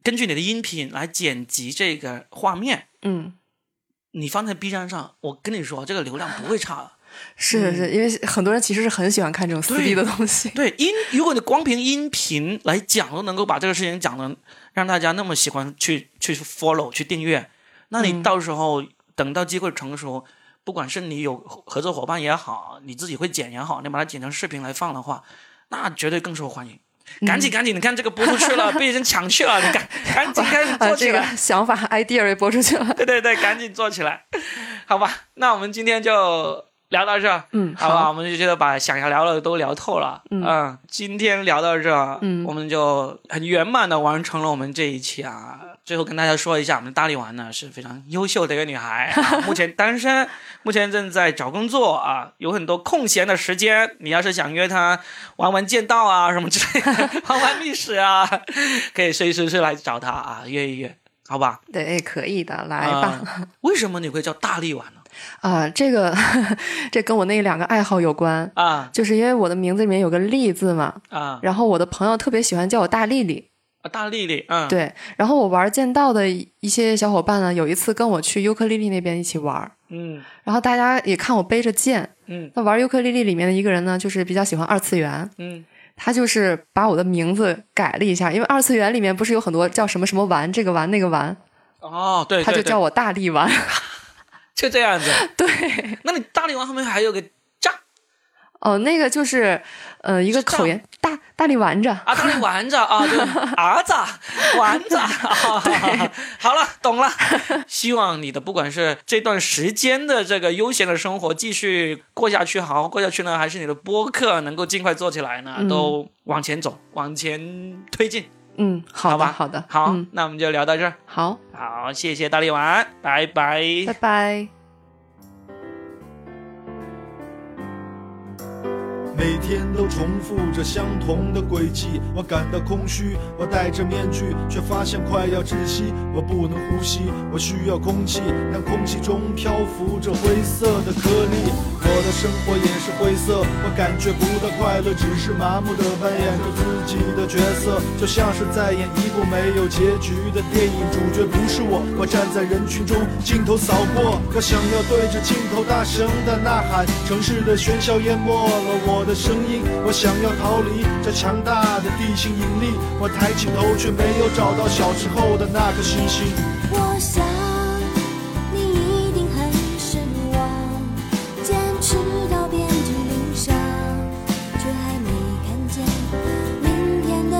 B: 根据你的音频来剪辑这个画面，
D: 嗯，
B: 你放在 B 站上，我跟你说，这个流量不会差的。
D: 是的是的，因为很多人其实是很喜欢看这种撕逼的东西。
B: 嗯对音，如果你光凭音频来讲都能够把这个事情讲的让大家那么喜欢去去 follow 去订阅，那你到时候等到机会成熟，不管是你有合合作伙伴也好，你自己会剪也好，你把它剪成视频来放的话，那绝对更受欢迎。赶紧赶紧，你看这个播出去了，被人抢去了，你赶赶紧赶紧
D: 啊，
B: 做
D: 这
B: 起
D: 个
B: 来，
D: 想法 idea 也播出 去了。
B: 对对对，赶紧做起来，好吧？那我们今天就聊到这儿，
D: 嗯
B: 好吧，
D: 好
B: 我们就觉得把想要聊的都聊透了，嗯今天聊到这儿，
D: 嗯
B: 我们就很圆满的完成了我们这一期啊。最后跟大家说一下，我们大力丸呢是非常优秀的一个女孩、 啊目前单身，目前正在找工作啊，有很多空闲的时间，你要是想约她玩玩剑道啊什么之类的， 玩玩历史啊，可以随时去来找她啊，约一约，好吧？
D: 对，哎可以的，来吧。
B: 啊为什么你会叫大力丸呢？
D: 啊，这个 这跟我那两个爱好有关，
B: 啊
D: 就是因为我的名字里面有个“丽”字嘛，
B: 啊，
D: 然后我的朋友特别喜欢叫我大丽丽，
B: 啊大力力，嗯，，
D: 对。然后我玩剑道的一些小伙伴呢，有一次跟我去尤克里里那边一起玩儿，
B: 嗯
D: 然后大家也看我背着剑，
B: 嗯
D: 那玩尤克里里里面的一个人呢，就是比较喜欢二次元，
B: 嗯
D: 他就是把我的名字改了一下，因为二次元里面不是有很多叫什么什么丸，这个丸那个丸，
B: 哦，对，
D: 他就
B: 对对
D: 叫我大力丸，
B: 就这样子。
D: 对。
B: 那你大力丸后面还有个炸
D: 哦，那个就是，呃，一个
B: 是这
D: 口
B: 样
D: 音，大大力丸着，
B: 啊，大力丸子啊， 就儿子丸子啊， 好了，懂了。希望你的不管是这段时间的这个悠闲的生活继续过下去好过下去呢，还是你的播客能够尽快做起来呢，
D: 嗯
B: 都往前走，往前推进，
D: 嗯，好
B: 好
D: 的，
B: 吧？
D: 好的，
B: 好
D: 嗯，，
B: 那我们就聊到这儿。
D: 好，
B: 好，谢谢大力丸，拜拜。
D: 拜拜。
E: 每天都重复着相同的轨迹，我感到空虚。我戴着面具，却发现快要窒息。我不能呼吸，我需要空气，但空气中漂浮着灰色的颗粒。我的生活也是灰色，我感觉不到快乐，只是麻木的扮演着自己的角色，就像是在演一部没有结局的电影，主角不是我，我站在人群中，镜头扫过，我想要对着镜头大声的呐喊，城市的喧嚣淹没了我的声音，我想要逃离这强大的地心引力，我抬起头却没有找到小时候的那颗星星。
F: 我想你一定很失望，坚持到遍体鳞伤，却还没看见明天的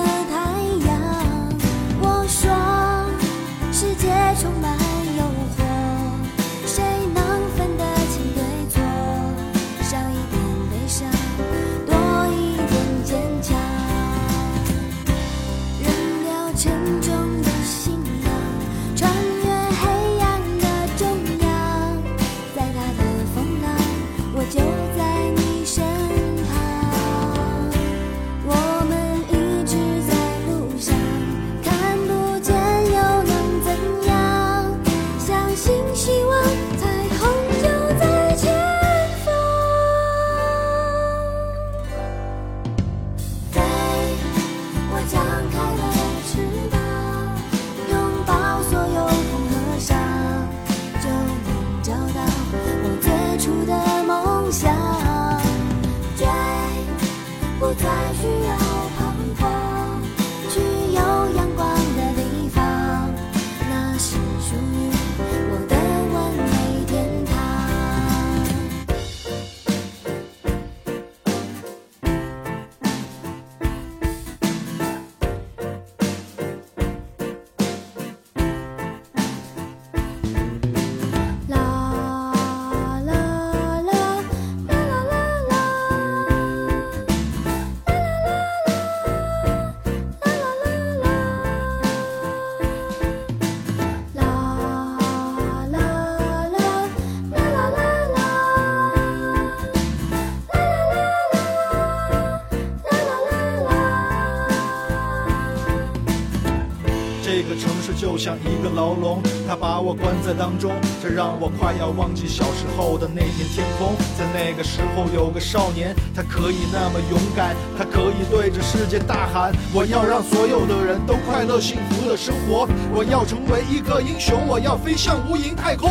E: 像一个牢笼，它把我关在当中，这让我快要忘记小时候的那片天空。在那个时候，有个少年，他可以那么勇敢，他可以对着世界大喊：我要让所有的人都快乐幸福的生活，我要成为一个英雄，我要飞向无垠太空。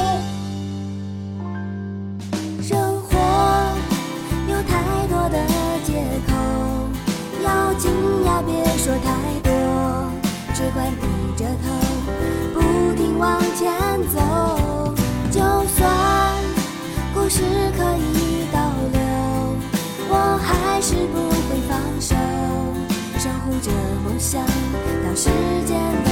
F: 生活有太多的借口，要惊讶别说太多，只管低着头，不停往前走。就算故事可以倒流，我还是不会放手，守护着梦想到时间的